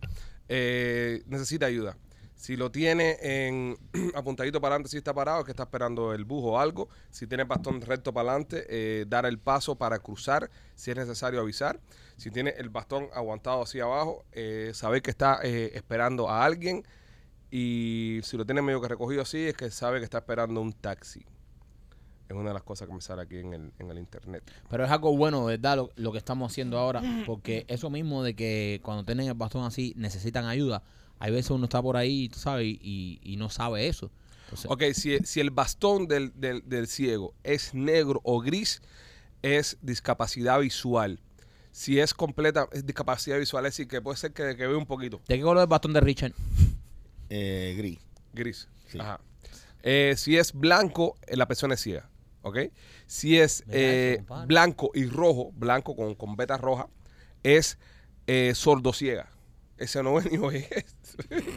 A: Eh, necesita ayuda. Si lo tiene en apuntadito para adelante, si está parado, es que está esperando el bujo o algo. Si tiene el bastón recto para adelante, eh, dar el paso para cruzar, si es necesario avisar. Si tiene el bastón aguantado hacia abajo, eh, saber que está eh, esperando a alguien. Y si lo tiene medio que recogido así, es que sabe que está esperando un taxi. Es una de las cosas que me sale aquí en el, en el internet.
B: Pero es algo bueno, ¿verdad? Lo, lo que estamos haciendo ahora, porque eso mismo de que cuando tienen el bastón así necesitan ayuda, hay veces uno está por ahí, tú sabes, y, y no sabe eso. Entonces,
A: Ok, si, si el bastón del, del- del ciego es negro o gris, es discapacidad visual. Si es completa, es discapacidad visual, es decir, que puede ser que, que vea un poquito
B: ¿De qué color es el bastón de Richard?
E: Eh, gris.
A: gris.
E: Sí.
A: Ajá. Eh, si es blanco, eh, la persona es ciega. ¿Ok? Si es
B: Mira
A: eh,
B: eso, compadre.
A: blanco y rojo, blanco con, con vetas rojas, es eh, sordo ciega. Ese no es ni oye.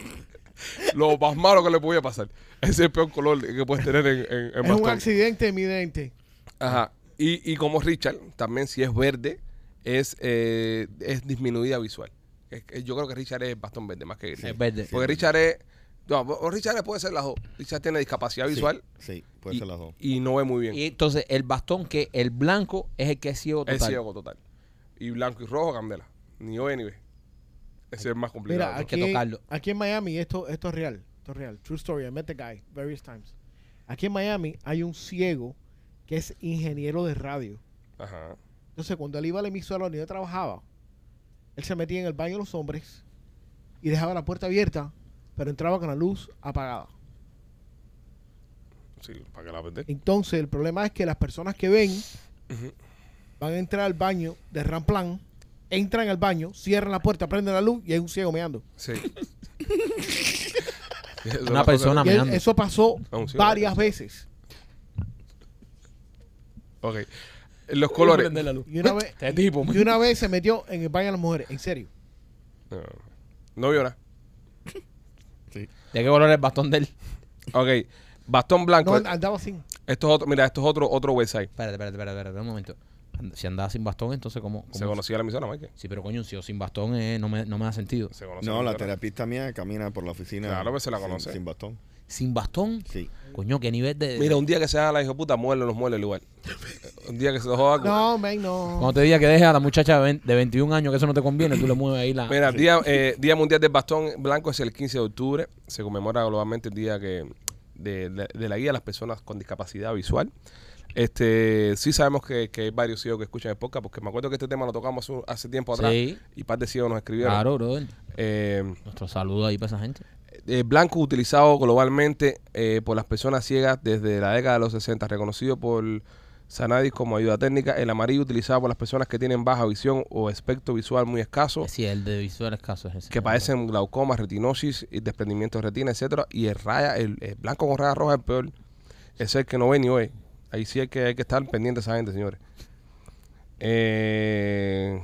A: Lo más malo que le podía pasar. Ese es el peor color que puedes tener en, en, en
D: Es un
A: bastón.
D: accidente evidente.
A: Ajá. Y, y como Richard, también si es verde, es, eh, es disminuida visual. Es que yo creo que Richard es bastón verde más que gris.
B: Es verde.
A: Porque Richard es No, o Richard le puede ser las dos. Richard tiene discapacidad visual
E: Sí, pues puede
A: y,
E: ser las dos.
A: y no ve muy bien.
B: Y entonces el bastón que el blanco es el que es ciego total.
A: Es ciego total. Y blanco y rojo, candela. Ni O ni B. Ese es más complicado.
D: Mira,
A: ¿no?
B: hay que
D: aquí,
B: tocarlo.
D: aquí en Miami, esto, esto es real, esto es real. True story, I met the guy various times. Aquí en Miami hay un ciego que es ingeniero de radio.
A: Ajá.
D: Entonces, cuando él iba a la emisora donde yo trabajaba, él se metía en el baño de los hombres y dejaba la puerta abierta, pero entraba con la luz apagada.
A: Sí, para que la perder.
D: Entonces, el problema es que las personas que ven van a entrar al baño de Ramplan, entran al baño, cierran la puerta, prenden la luz y hay un ciego meando.
A: Sí.
B: Una persona
D: Y él-
B: Ah, meando.
D: eso pasó
A: Ah, un ciego
D: varias veces.
A: Ok. Los colores.
B: Prende la luz.
D: Y una vez-
B: Este tipo,
D: Y una vez se metió en el baño de las mujeres, en serio.
A: No, no vio nada.
E: Sí.
B: ¿De qué color es el bastón de él?
A: Ok. Bastón blanco.
D: No, and- andaba sin.
A: Esto es otro, mira, esto es otro, otro website.
B: Espérate, espérate, espérate, espérate, un momento. And- Si andaba sin bastón, entonces ¿cómo? cómo
A: Se conocía la emisora, Mike.
B: Sí, pero coño, un ciego sin bastón eh, no, me, no me da sentido.
A: Se conocía
E: No, la
A: emisora.
E: terapista mía camina por la oficina.
A: Claro, pues se la
E: sin-
A: conoce.
E: Sin, bastón.
B: ¿Sin bastón?
E: Sí.
B: Coño, qué nivel de...
A: Mira, un día que se haga la hijo puta, muérdelo, nos muerde el lugar. un día que se lo joda.
D: No, man, no.
B: Cuando te diga que dejes a la muchacha de, 20 de 21 años, que eso no te conviene, tú le mueves ahí la...
A: Mira, día, eh, día Mundial del Bastón Blanco es el 15 de octubre. Se conmemora globalmente el día que de, de- de la guía a las personas con discapacidad visual. Este, sí sabemos que, que hay varios ciegos que escuchan el podcast, porque me acuerdo que este tema lo tocamos hace, hace tiempo atrás
B: Sí.
A: y par de ciegos nos escribieron.
B: Claro, brother.
A: Eh,
B: Nuestro saludo ahí para esa gente.
A: eh, blanco utilizado globalmente eh, por las personas ciegas desde la década de los 60, reconocido por Sanadis como ayuda técnica. El amarillo utilizado por las personas que tienen baja visión o espectro visual muy escaso.
B: Sí, el de visual escaso es ese.
A: Oh. que padecen glaucoma, retinosis, y desprendimiento de retina, etcétera, y el raya, el, el blanco con raya roja es el peor. Es el que no ve ni oye. Ahí sí es que hay que estar pendiente de esa gente, señores. Eh,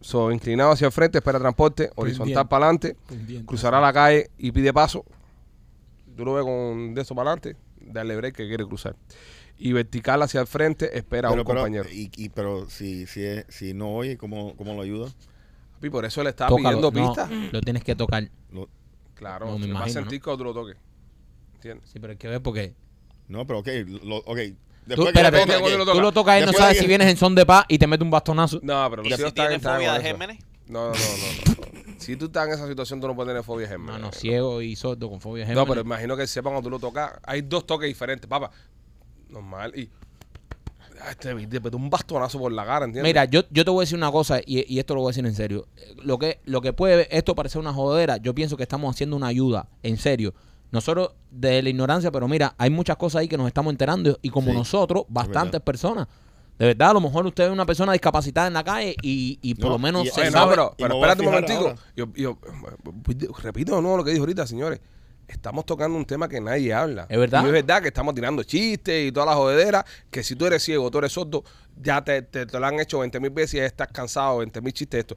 A: so, inclinado hacia el frente, espera transporte, horizontal para adelante, cruzará la calle y pide paso. Tú lo ves con de eso para adelante, dale break que quiere cruzar. Y vertical hacia el frente, espera a un compañero.
E: Y, y- pero si, si, es- si no oye, ¿cómo, cómo lo ayuda?
A: Y por eso le está
B: Tócalo.
A: pidiendo
B: No,
A: pista.
B: lo tienes que tocar.
E: Lo-
A: Claro,
B: No,
A: se
B: me
A: va a
B: imagino,
A: sentir que otro lo toque. ¿Entiendes?
B: Sí, pero hay que ver porque...
E: no, pero ok. Lo, ok.
B: Tú,
E: Después que
B: espérate,
E: lo
A: toque,
E: toque,
A: coño,
E: que-
A: lo
B: tú lo tocas, él no
E: Después
B: sabes
E: que-
B: si vienes en son de paz y te mete un bastonazo.
A: No, pero
F: ¿Y
A: los
F: si
A: hijos están
F: tiene
A: están
F: fobia
A: con
F: de
A: eso.
F: gérmenes?
A: No, no, no, no, no. Si tú estás en esa situación, tú no puedes tener fobia de gérmenes.
B: Mano, ciego y sordo con fobia de
A: No,
B: gérmenes.
A: pero imagino que sepan cuando tú lo tocas. Hay dos toques diferentes, papá. Normal y. ah, este Ay, Te te metí un bastonazo por la cara, ¿entiendes?
B: Mira, yo, yo te voy a decir una cosa y, y esto lo voy a decir en serio. Eh, Lo que, lo que puede esto parecer una jodera, yo pienso que estamos haciendo una ayuda, en serio. Nosotros, de la ignorancia, pero mira, hay muchas cosas ahí que nos estamos enterando y como
E: Sí,
B: nosotros, bastantes
E: verdad.
B: personas. De verdad, a lo mejor usted es una persona discapacitada en la calle y, y por
E: No,
B: lo menos
E: y-
A: Oye,
B: se
A: no,
B: sabe.
A: pero,
E: y
A: pero
E: me voy a
A: espérate un
E: fijar
A: momentico.
E: ahora.
A: Yo, yo, eh, repito de nuevo lo que dijo ahorita, señores. Estamos tocando un tema que nadie habla.
B: Es verdad.
A: Y es verdad que estamos tirando chistes y todas las jodederas. Que si tú eres ciego, tú eres sordo, ya te, te, te lo han hecho 20 mil veces y estás cansado, 20 mil chistes de esto.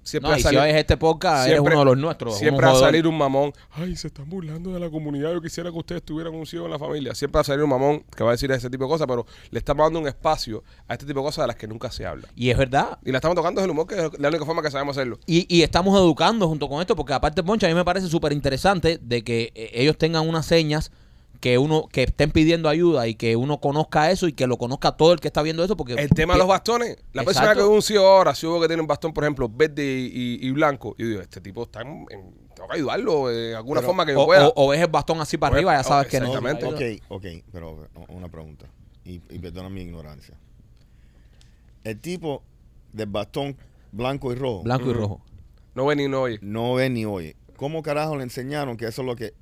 A: Siempre
B: No,
A: ha
B: y si
A: salido-
B: oyes este podcast,
A: siempre-
B: eres uno de los nuestros. un
A: Siempre va a
B: jodedor.
A: salir un mamón. Ay, se están burlando de la comunidad. Yo quisiera que ustedes tuvieran un ciego en la familia. Siempre va a salir un mamón que va a decir ese tipo de cosas, pero le estamos dando un espacio a este tipo de cosas de las que nunca se habla.
B: Y es verdad.
A: Y la estamos tocando es el humor, que es la única forma que sabemos hacerlo.
B: Y, y estamos educando junto con esto, porque aparte, Poncha, a mí me parece súper interesante de que eh, ellos tengan unas señas que uno que estén pidiendo ayuda y que uno conozca eso y que lo conozca todo el que está viendo eso, porque
A: El tema de los bastones. La persona que
B: Eh, Exacto.
A: ve un ciego ahora, si hubo que tiene un bastón, por ejemplo, verde y, y- y blanco, yo digo, este tipo está en, en- tengo que ayudarlo eh, de alguna forma que yo
B: o,
A: pueda.
B: o- o ves el bastón así para
A: Pues,
B: arriba, ya sabes
A: oh,
B: que no.
A: exactamente.
E: Ok, ok, pero o- una pregunta. Y, y perdona mi ignorancia. El tipo del bastón blanco y rojo
B: Blanco y rojo.
A: no ve ni no oye.
E: no ve ni oye. ¿Cómo carajo le enseñaron que eso es lo que,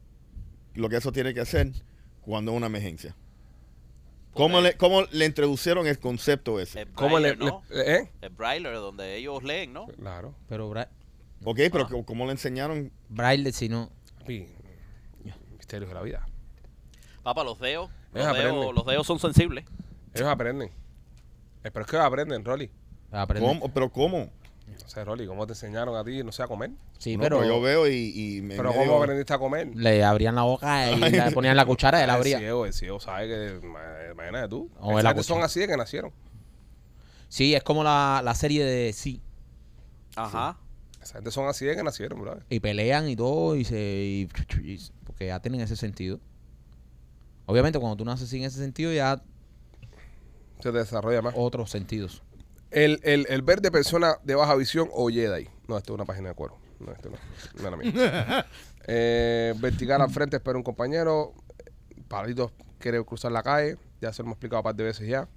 E: lo que eso tiene que hacer cuando es una emergencia? ¿Cómo le, ¿Cómo le introducieron el concepto ese?
F: El
A: ¿Cómo le,
F: Brailler, ¿no?
A: le- eh?
F: El Brailler, donde ellos leen, ¿no?
A: Claro.
B: Pero Bra-
E: Ok, pero
B: Ah.
E: ¿cómo- ¿cómo le enseñaron?
B: Braille, si no.
A: Pi- Misterios de la vida.
F: Papá, los dedos.
A: Ellos
F: Los
A: aprenden.
F: dedos, los dedos son sensibles.
A: Ellos aprenden. Eh, Pero es que aprenden, Rolly.
B: aprende.
E: ¿Cómo? ¿Pero cómo?
A: No sé, Rolly, ¿cómo te enseñaron a ti, no sé, a comer?
B: Sí,
E: No,
B: pero,
E: yo veo y, y me
A: Pero
E: me
A: ¿cómo
E: digo,
A: aprendiste a comer?
B: le abrían la boca y le ponían la cuchara y la
A: Ah,
B: abrían.
A: El ciego, el ciego sabe que, ma- imagínate tú.
B: O
A: Esa
B: la
A: gente son
B: cuchara.
A: así de que nacieron.
B: Sí, es como la, la serie de sí.
F: Ajá.
A: Esa gente son así de que nacieron, brother.
B: Y pelean y todo y se... y- y- que ya tienen ese sentido. Obviamente, cuando tú naces sin ese sentido, ya
A: Se desarrolla más.
B: otros sentidos.
A: El, el, el verde persona de baja visión o Jedi. No, esto es una página de cuero. No, esto no. No era mío. Eh, vertical al frente, espera un compañero. Palitos quiere cruzar la calle. Ya se lo hemos explicado un par de veces ya.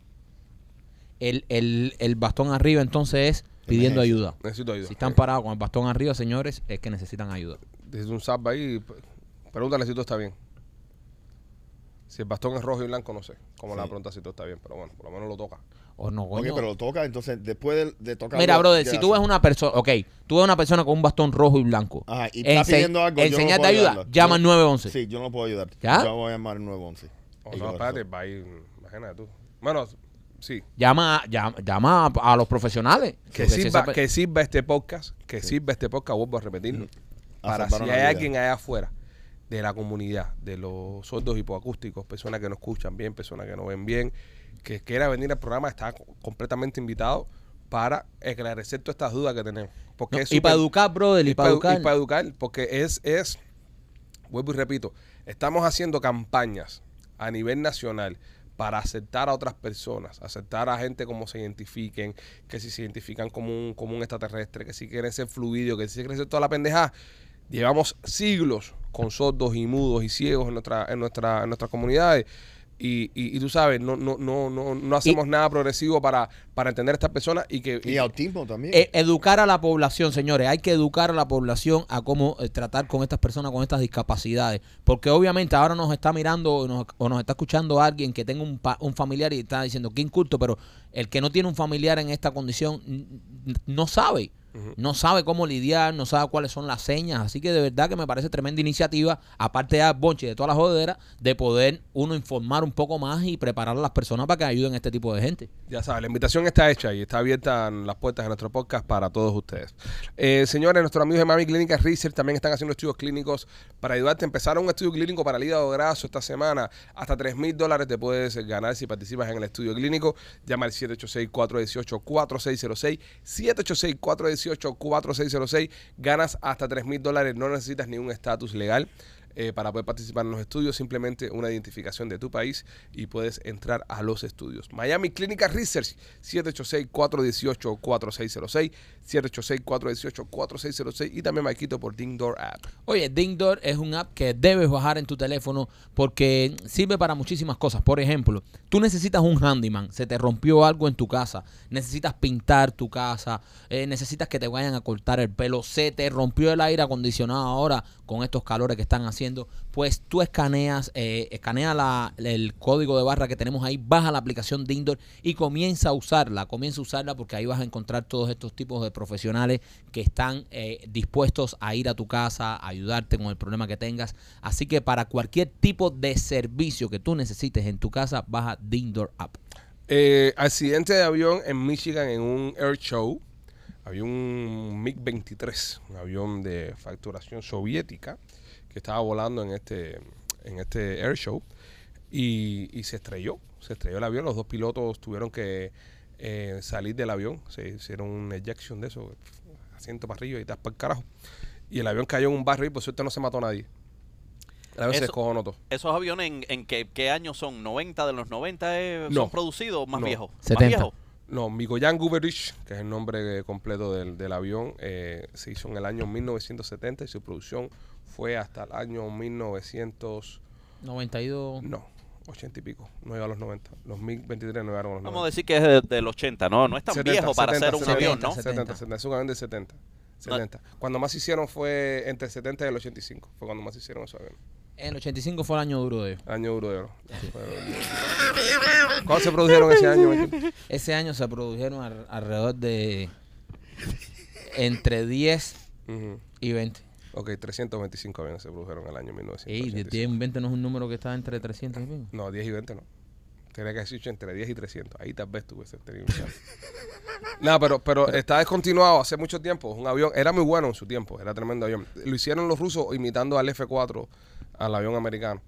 B: El, el, el bastón arriba, entonces, es pidiendo ayuda.
A: Necesito ayuda.
B: Si están parados con el bastón arriba, señores, es que necesitan ayuda.
A: Necesito un zap ahí. Pregúntale si todo está bien. Si el bastón es rojo y blanco, no sé. Como la
E: Sí.
A: pregunta si todo está bien. Pero bueno, por lo menos lo toca.
B: O no,
E: Ok,
B: coño.
E: pero lo toca, entonces después de, de tocar.
B: Mira, brother,
E: ¿qué
B: si tú ves
E: haces?
B: una persona, ok, tú ves una persona con un bastón rojo y blanco.
E: Ajá, y está
B: ense-
E: pidiendo algo.
B: en
E: yo no
B: señal de
E: puedo
B: ayuda,
E: ayudarlo.
B: llama al
E: Yo-
B: 911.
E: Sí, yo no puedo ayudarte.
B: ¿Ya?
E: Yo voy a llamar al 911.
A: O
E: Y
A: Oh, no,
E: yo-
A: espérate, va a ir. Imagínate tú. Bueno, sí.
B: Llama, a- llama, llama a, a los profesionales.
A: Que
B: Porque si
A: sirva,
B: esa-
A: que sirva este podcast, que sirva este podcast, vuelvo a repetirlo,
E: A
A: para si hay
E: salvar una vida.
A: alguien allá afuera de la comunidad, de los sordos hipoacústicos, personas que no escuchan bien, personas que no ven bien, que quiera venir al programa, está co- completamente invitado para esclarecer todas estas dudas que tenemos. Porque
B: No,
A: es
B: y para
A: súper-
B: educar, brother, y,
A: y
B: para
A: para
B: educar.
A: educar, porque es, es, vuelvo y repito, estamos haciendo campañas a nivel nacional para aceptar a otras personas, aceptar a gente como se identifiquen, que si se identifican como un, como un extraterrestre, que si quieren ser fluidos, que si quieren ser toda la pendejada. Llevamos siglos con sordos y mudos y ciegos en nuestra, en nuestra, en nuestras comunidades. Y, y, y tú sabes, no, no, no, no, no hacemos nada progresivo para, para entender a estas personas y que
E: Y autismo también.
B: Eh, educar a la población, señores. Hay que educar a la población a cómo eh, tratar con estas personas con estas discapacidades. Porque obviamente ahora nos está mirando o nos, o nos está escuchando alguien que tenga un, pa- un familiar y está diciendo que inculto, pero el que no tiene un familiar en esta condición n- n- no sabe. No sabe cómo lidiar, no sabe cuáles son las señas. Así que de verdad que me parece tremenda iniciativa, aparte de Bonche y de todas las joderas, de poder uno informar un poco más y preparar a las personas para que ayuden a este tipo de gente.
A: Ya sabes, la invitación está hecha y está abierta en las puertas de nuestro podcast para todos ustedes. Eh, señores, nuestros amigos de Mami Clínica Research también están haciendo estudios clínicos para ayudarte. Empezaron un estudio clínico para el hígado graso esta semana. Hasta 3 mil dólares te puedes ganar si participas en el estudio clínico. Llama al 786-418-4606. 786-418-4606. Ganas hasta 3 mil dólares. No necesitas ningún estatus legal eh, para poder participar en los estudios, simplemente una identificación de tu país y puedes entrar a los estudios. Miami Clínica Research, 786-418-4606, 786-418-4606 y también Maikito por Ding Door App.
B: Oye, Dingdoor es un app que debes bajar en tu teléfono porque sirve para muchísimas cosas. Por ejemplo, tú necesitas un handyman, se te rompió algo en tu casa, necesitas pintar tu casa, eh, necesitas que te vayan a cortar el pelo, se te rompió el aire acondicionado ahora con estos calores que están haciendo. Pues tú escaneas, eh, escanea la- el código de barra que tenemos ahí, baja la aplicación Dingdoor y comienza a usarla, comienza a usarla porque ahí vas a encontrar todos estos tipos de profesionales que están eh, dispuestos a ir a tu casa, a ayudarte con el problema que tengas. Así que para cualquier tipo de servicio que tú necesites en tu casa, baja Dindor App.
A: Eh, accidente de avión en Michigan en un air show. Había un MiG-23, un avión de facturación soviética que estaba volando en este, en este air show y, y se estrelló. Se estrelló el avión. Los dos pilotos tuvieron que eh, salir del avión. Se hicieron una ejection de eso, asiento para arriba y tal para el carajo. Y el avión cayó en un barril, por suerte no se mató a nadie. El avión se
F: Eso-
A: descojonó todo.
F: ¿Esos aviones en, en qué, qué año son? ¿90 de los 90 eh,
A: No.
F: son producidos o más
A: No.
F: viejos?
B: 70.
F: ¿Más viejos?
A: No, Mikoyan Guberich, que es el nombre eh, completo del, del avión, eh, se hizo en el año 1970 y su producción fue hasta el año 1900,
B: 92.
A: no, 80 y pico, no llegó a los 90, los 1023 no llegaron a los 90.
F: Vamos a decir que es de- del 80, ¿no? No es tan
A: 70,
F: viejo para
A: 70,
F: ser un
A: 70,
F: avión, ¿no?
A: 70, 70, 70, es un avión del 70. 70. Cuando más hicieron fue entre el 70 y el 85, fue cuando más hicieron esos aviones.
B: En el 85 fue el año duro de ellos.
A: Año duro de oro. Fue- ¿Cuándo se produjeron ese año? Maquito?
B: Ese año se produjeron al- alrededor de entre 10
A: Ujú.
B: y 20.
A: Ok, 325 aviones se produjeron el año
B: Ey,
A: 1985.
B: de 10 y 20 no es un número que está entre 300 y pico.
A: No, 10 y 20 no. Tenía que haber dicho entre 10 y 300. Ahí tal vez tuviese tenido un chance. no, pero, pero está descontinuado hace mucho tiempo. Un avión, era muy bueno en su tiempo, era tremendo avión. Lo hicieron los rusos imitando al F-4, al avión americano.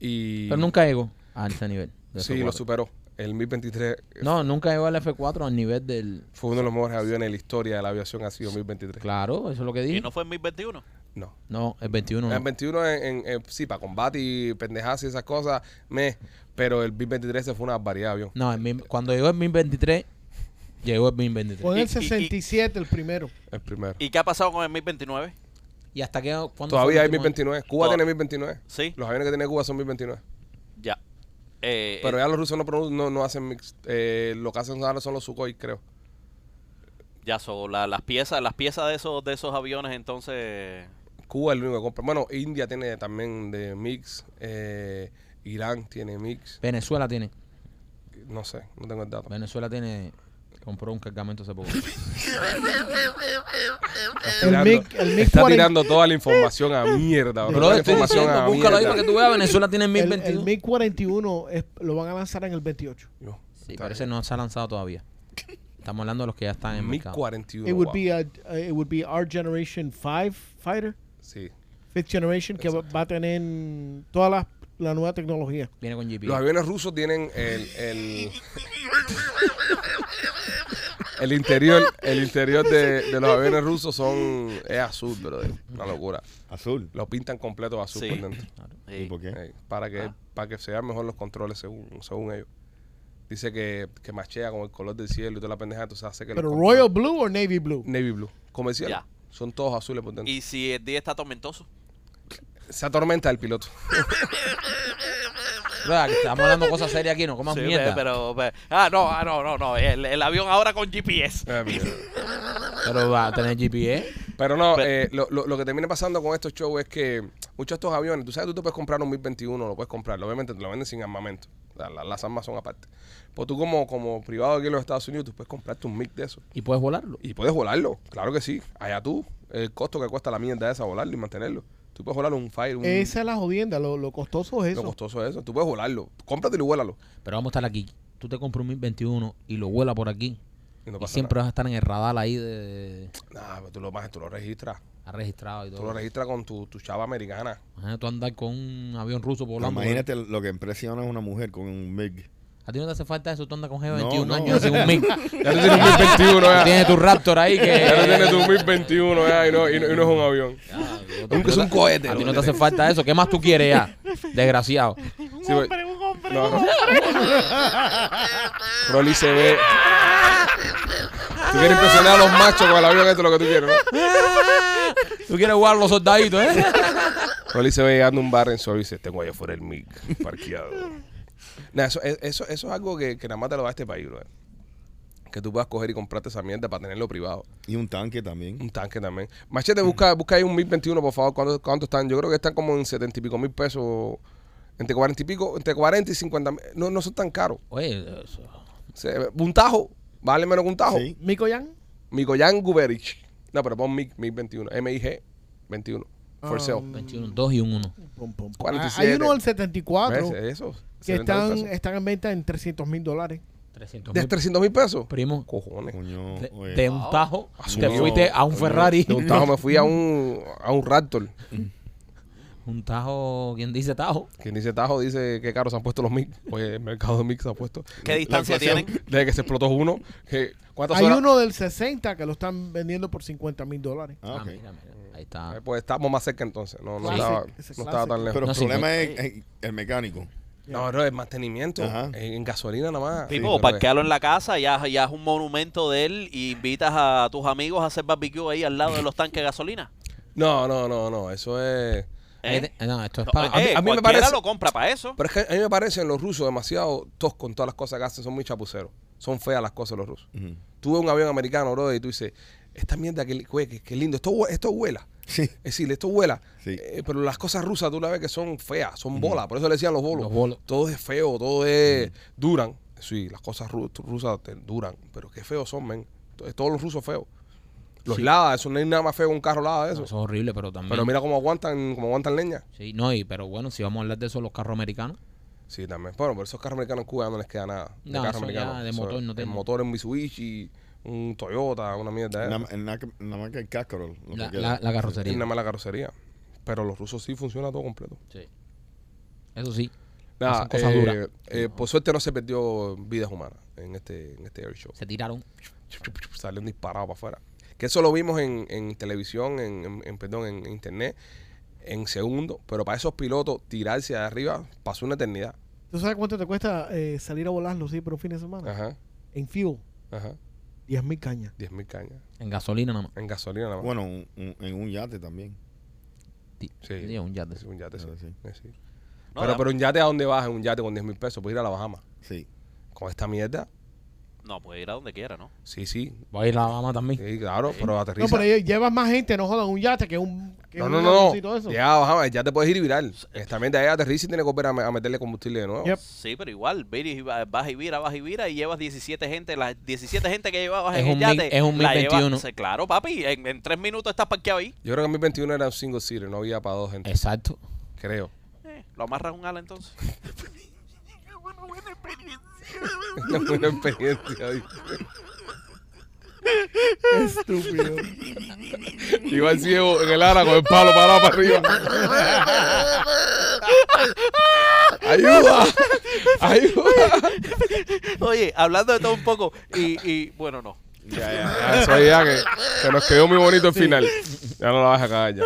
A: Y
B: Pero nunca llegó a ese nivel. de
A: Sí,
B: F4.
A: lo superó. El 1023
B: No, nunca llegó al F4 al nivel del...
A: fue uno de los mejores aviones de la historia de la aviación, ha sido 1023.
B: Claro, eso es lo que
F: ¿Y
B: dije.
F: no fue en 2021?
A: No.
B: No, el 21 no.
A: El 21 en, en- en- sí, para combate y pendejadas y esas cosas, me. Pero el BIM 23 se fue una variedad, avión.
B: No, el min- cuando llegó el 1023, llegó el 1023.
D: Fue en
F: Y-
D: el
F: y- y-
D: 67 el primero.
A: El primero.
F: ¿Y qué ha pasado con el 1029?
B: ¿Y hasta qué? cuándo fue
A: Todavía hay
B: el último año?
A: 1029. Cuba
F: Toda-
A: tiene 1029.
F: Sí.
A: Los aviones que tiene Cuba son 1029.
F: Ya. Eh,
A: Pero
F: eh,
A: ya los rusos no, produ- no, no hacen mix. eh, lo que hacen ahora son los Sukhoi, creo.
F: ya son la- las piezas, las piezas de esos, de esos aviones, entonces.
A: Cuba es el único que compra. Bueno, India tiene también de mix. eh, Irán tiene mix.
B: Venezuela tiene.
A: No sé, no tengo el dato.
B: Venezuela tiene. Compró un cargamento hace poco.
A: Está
D: El
A: tirando,
D: MiG- el MiG
A: está
D: 40
A: tirando toda la información a mierda, bro. Toda la
B: Bro, estoy
A: información
B: diciendo,
A: a
B: búscalo ahí para que
A: mierda.
B: tú veas. Venezuela tiene el
D: El, el
B: 1021.
D: MiG 41 es- lo van a lanzar en el 28.
A: Yo,
B: Sí,
A: está
B: pero ese
A: bien.
B: no se ha lanzado todavía. Estamos hablando de los que ya están en el
A: MiG
B: mercado.
A: 41.
D: It would
A: wow.
D: be a, uh, it would be our generation 5 fighter,
A: Sí.
D: fifth generation que va- va a tener toda la, la nueva tecnología.
B: Viene con
A: Los
B: GPS.
A: aviones rusos tienen el, el, el interior, el interior de, de los aviones rusos son es azul, brother. Una locura.
E: Azul.
A: Lo pintan completo azul
F: Sí. Ah.
A: por dentro.
E: ¿Y
F: eh,
E: por qué?
A: Eh, para que para que sean mejor los controles según según ellos. Dice que, que machea con el color del cielo y toda la pendeja, entonces hace que los
D: Pero
A: controles-
D: Royal Blue o Navy Blue.
A: Navy Blue, comercial.
F: Ya.
A: Son todos azules por dentro.
F: Y si el día está tormentoso.
A: Se atormenta el piloto.
B: Bro, aquí Estamos hablando cosas serias aquí, no comas
F: Sí, ve,
B: mierda. Pero,
F: pero, ve- ah, no, ah, no, no, no. El, el avión ahora con GPS.
A: Ah, mierda.
B: va a tener GPS.
A: Pero no,
F: Pero-
A: eh, lo, lo- lo que termina pasando con estos shows es que muchos de estos aviones, tú sabes, tú te puedes comprar un 1021, lo puedes comprar, obviamente te lo venden sin armamento. O sea, la- las armas son aparte. Pues tú como, como privado aquí en los Estados Unidos, tú puedes comprarte un MiG de eso.
B: Y puedes volarlo.
A: Y puedes volarlo, claro que sí. Allá tú, el costo que cuesta la mierda esa volarlo y mantenerlo. Tú puedes volar un Fire, un...
D: Esa es la jodienda, lo, lo costoso es
A: Mm. Lo
D: eso.
A: costoso es eso. Tú puedes volarlo. Cómpratelo y vuélalo.
B: Pero vamos a estar aquí. Tú te compras un 1021 y lo vuela por aquí.
A: Y no
B: y
A: pasa
B: siempre vas a estar en el radar ahí de.
A: nada. Nah, pero tú lo, más, tú lo registras.
B: Ha registrado y
A: Tú lo
B: todo.
A: registras con tu, tu chava americana.
B: Imagínate tú andar con un avión ruso
E: Pero
B: volando.
E: imagínate lo que impresiona a una mujer con un MIG.
B: A ti no te hace falta eso, tú andas con G21
E: No, no.
B: años y un MIG.
A: Ya tú tienes un 1021 ya.
B: Tienes tu Raptor ahí
A: Ya no tienes
B: que.
A: tu 1021 ya, y, no, y no- y no es un avión.
B: Nunca es un cohete. A ti no te hace falta eso. ¿Qué más tú quieres ya? Desgraciado.
A: Un hombre, un hombre, un hombre. Broly se ve. Tú quieres impresionar a los machos con el avión, esto es lo que tú quieres, ¿no?
B: Tú quieres jugar los soldaditos, ¿eh?
A: Broly se ve llegando a un bar en Sol y dice, tengo allá afuera el MIG parqueado. Nah, eso, es- eso, eso es algo que, que nada más te lo da este país, bro. Que tú puedas coger y comprarte esa mierda para tenerlo privado.
E: Y un tanque también.
A: Un tanque también. Machete, busca, busca ahí un 1021, por favor. ¿Cuánto, cuánto están? Yo creo que están como en 70 y pico mil pesos. Entre 40 y pico, entre 40 y 50 mil. No, no son tan caros.
B: Oye, eso.
A: Se- un tajo, vale menos que un tajo.
E: Sí.
D: ¿Mico Yan?
A: Migoyan Guberich. No, pero pon MIG, MIG 21. MIG 21. For sale.
B: 21, 2 y un 1.
D: Pum, pum, pum.
A: 47.
D: Ah, Hay uno del 74
A: ¿Ves? Eso.
D: Ah, que
A: 70
D: están,
A: mil pesos.
D: están en venta en 300 mil dólares.
B: 300
A: ¿De 300 mil pesos?
B: Primo,
A: Cojones.
E: Coño, eh.
B: de,
E: oye.
B: de un tajo, te
A: Coño,
B: fuiste a un
A: coño,
B: Ferrari.
A: De un tajo me fui a un, a un Raptor.
B: Un tajo, ¿quién dice tajo?
A: Quien dice tajo dice que caros se han puesto los MIG. Pues el mercado de MIG se ha puesto.
F: ¿Qué distancia
E: inflación.
F: tienen?
A: Desde que se explotó uno. que- ¿Cuántas
D: Hay
A: horas?
D: uno del 60 que lo están vendiendo por 50 mil dólares.
E: Ah, ok.
B: Ah, mira, mira, Ahí está.
A: Eh, Pues estábamos más cerca entonces. No, no,
D: Classic,
A: estaba,
D: ese
A: no estaba tan
D: classic.
A: lejos.
E: Pero
B: No,
E: el
B: sí,
E: problema es, es el mecánico.
A: no, no, es mantenimiento.
E: Ajá.
A: En, en gasolina nada más.
F: Tipo,
A: pero es-
F: parquearlo pues, en la casa, ya, ya es un monumento de él y invitas a tus amigos a hacer barbecue ahí al lado de los tanques de gasolina.
A: No, no, no, no. Eso es.
B: Ahí
F: ¿Eh?
B: te- No, esto es
F: No,
B: para.
F: eh,
A: a mí me
F: cualquiera
A: parece-
F: lo compra para eso.
A: Pero es que a mí me parecen los rusos demasiado tos con todas las cosas que hacen. Son muy chapuceros. Son feas las cosas los rusos.
E: Ujú.
A: Tú ves un avión americano, bro, y tú dices, esta mierda, que qué, qué lindo. Esto, hue- esto vuela.
E: Sí.
A: Es decir, esto vuela.
E: Sí.
A: Eh, pero las cosas rusas tú la ves que son feas, son bolas. Por eso le decían los bolos.
B: Los bolos.
A: Todo es feo, todo es. Duran. Sí, las cosas ru- rusas te- duran. Pero qué feos son, men. To- Todos los rusos feos. Los ladas, eso no hay nada más feo que un carro lada de
B: Eso
A: eso.
B: es horrible, pero también.
A: pero mira cómo aguantan, cómo aguantan leña.
B: Sí, no, y, pero bueno, si vamos a hablar de eso, los carros americanos.
A: Sí, también. Bueno, pero esos carros americanos en Cuba no les queda nada.
B: No,
A: carro
B: eso ya de
A: Eso
B: motor
A: es-
B: no
A: El
B: tengo.
A: motor es un Mitsubishi, un Toyota, una mierda.
E: Nada
A: Una,
E: más- nada que- nada más que el cascarol. lo que
B: La,
E: queda.
B: la, la carrocería.
A: una mala carrocería. Pero los rusos sí funciona todo completo.
B: Sí. Eso sí.
A: Nada,
B: Hacen cosas
A: eh,
B: duras.
A: eh, por suerte no se perdió vidas humanas en este, en este air show.
B: Se tiraron.
A: Salió un disparado para afuera. Que eso lo vimos en, en televisión, en, en- en- perdón, en internet, en segundo. Pero para esos pilotos tirarse de arriba pasó una eternidad.
D: ¿Tú sabes cuánto te cuesta eh, salir a volarlo, sí, por un fin de semana?
A: Ajá,
D: En fuel,
A: ajá.
D: 10 mil cañas.
A: 10 mil cañas.
B: En gasolina nada más.
A: En gasolina nada más.
E: Bueno, un- un- en un yate también.
B: Ti-
A: Sí.
B: tío, un yate.
A: Sí, un yate, sí.
E: Claro, sí.
A: Eh, sí.
F: No,
A: pero,
F: da-
A: pero un yate a dónde vas, un yate con 10 mil pesos, puedes ir a la Bahama.
E: Sí.
A: Con esta mierda,
F: No, puede ir a donde quiera, ¿no?
A: sí, sí.
B: Va a ir a la Bahama también.
A: Sí, claro, pero
D: No,
A: aterriza.
D: pero ellos llevas más gente, no jodan un yate que un. Que
A: No,
D: un
A: no, no.
D: avioncito de eso.
A: Ya, Bahama, ya te puedes ir viral. Esta mierda ahí aterriza y tiene que volver a, me- a meterle combustible de nuevo.
D: Yep.
F: Sí, pero igual, vir y va- vas y vira, vas y vira y llevas 17 gente, las 17 gente que llevabas
B: Es
F: en
B: un
F: el
B: mil-
F: yate.
B: es un
F: la
B: 1021.
F: llevas- sí, claro, papi, en, en tres minutos estás parqueado ahí.
A: Yo creo que en 2021 era un single seater, no había para dos gente.
B: Exacto.
A: Creo.
F: Eh, lo amarras un ala entonces.
A: Una buena experiencia. dice.
E: Estúpido.
A: Iba el ciego en el ara con el palo parado para arriba. ¡Ayuda! ¡Ayuda!
F: Oye, hablando de todo un poco, y, y bueno, no.
E: Ya, ya.
A: Ah, Eso ya que, que nos quedó muy bonito el final. Ya no la vas a cagar ya.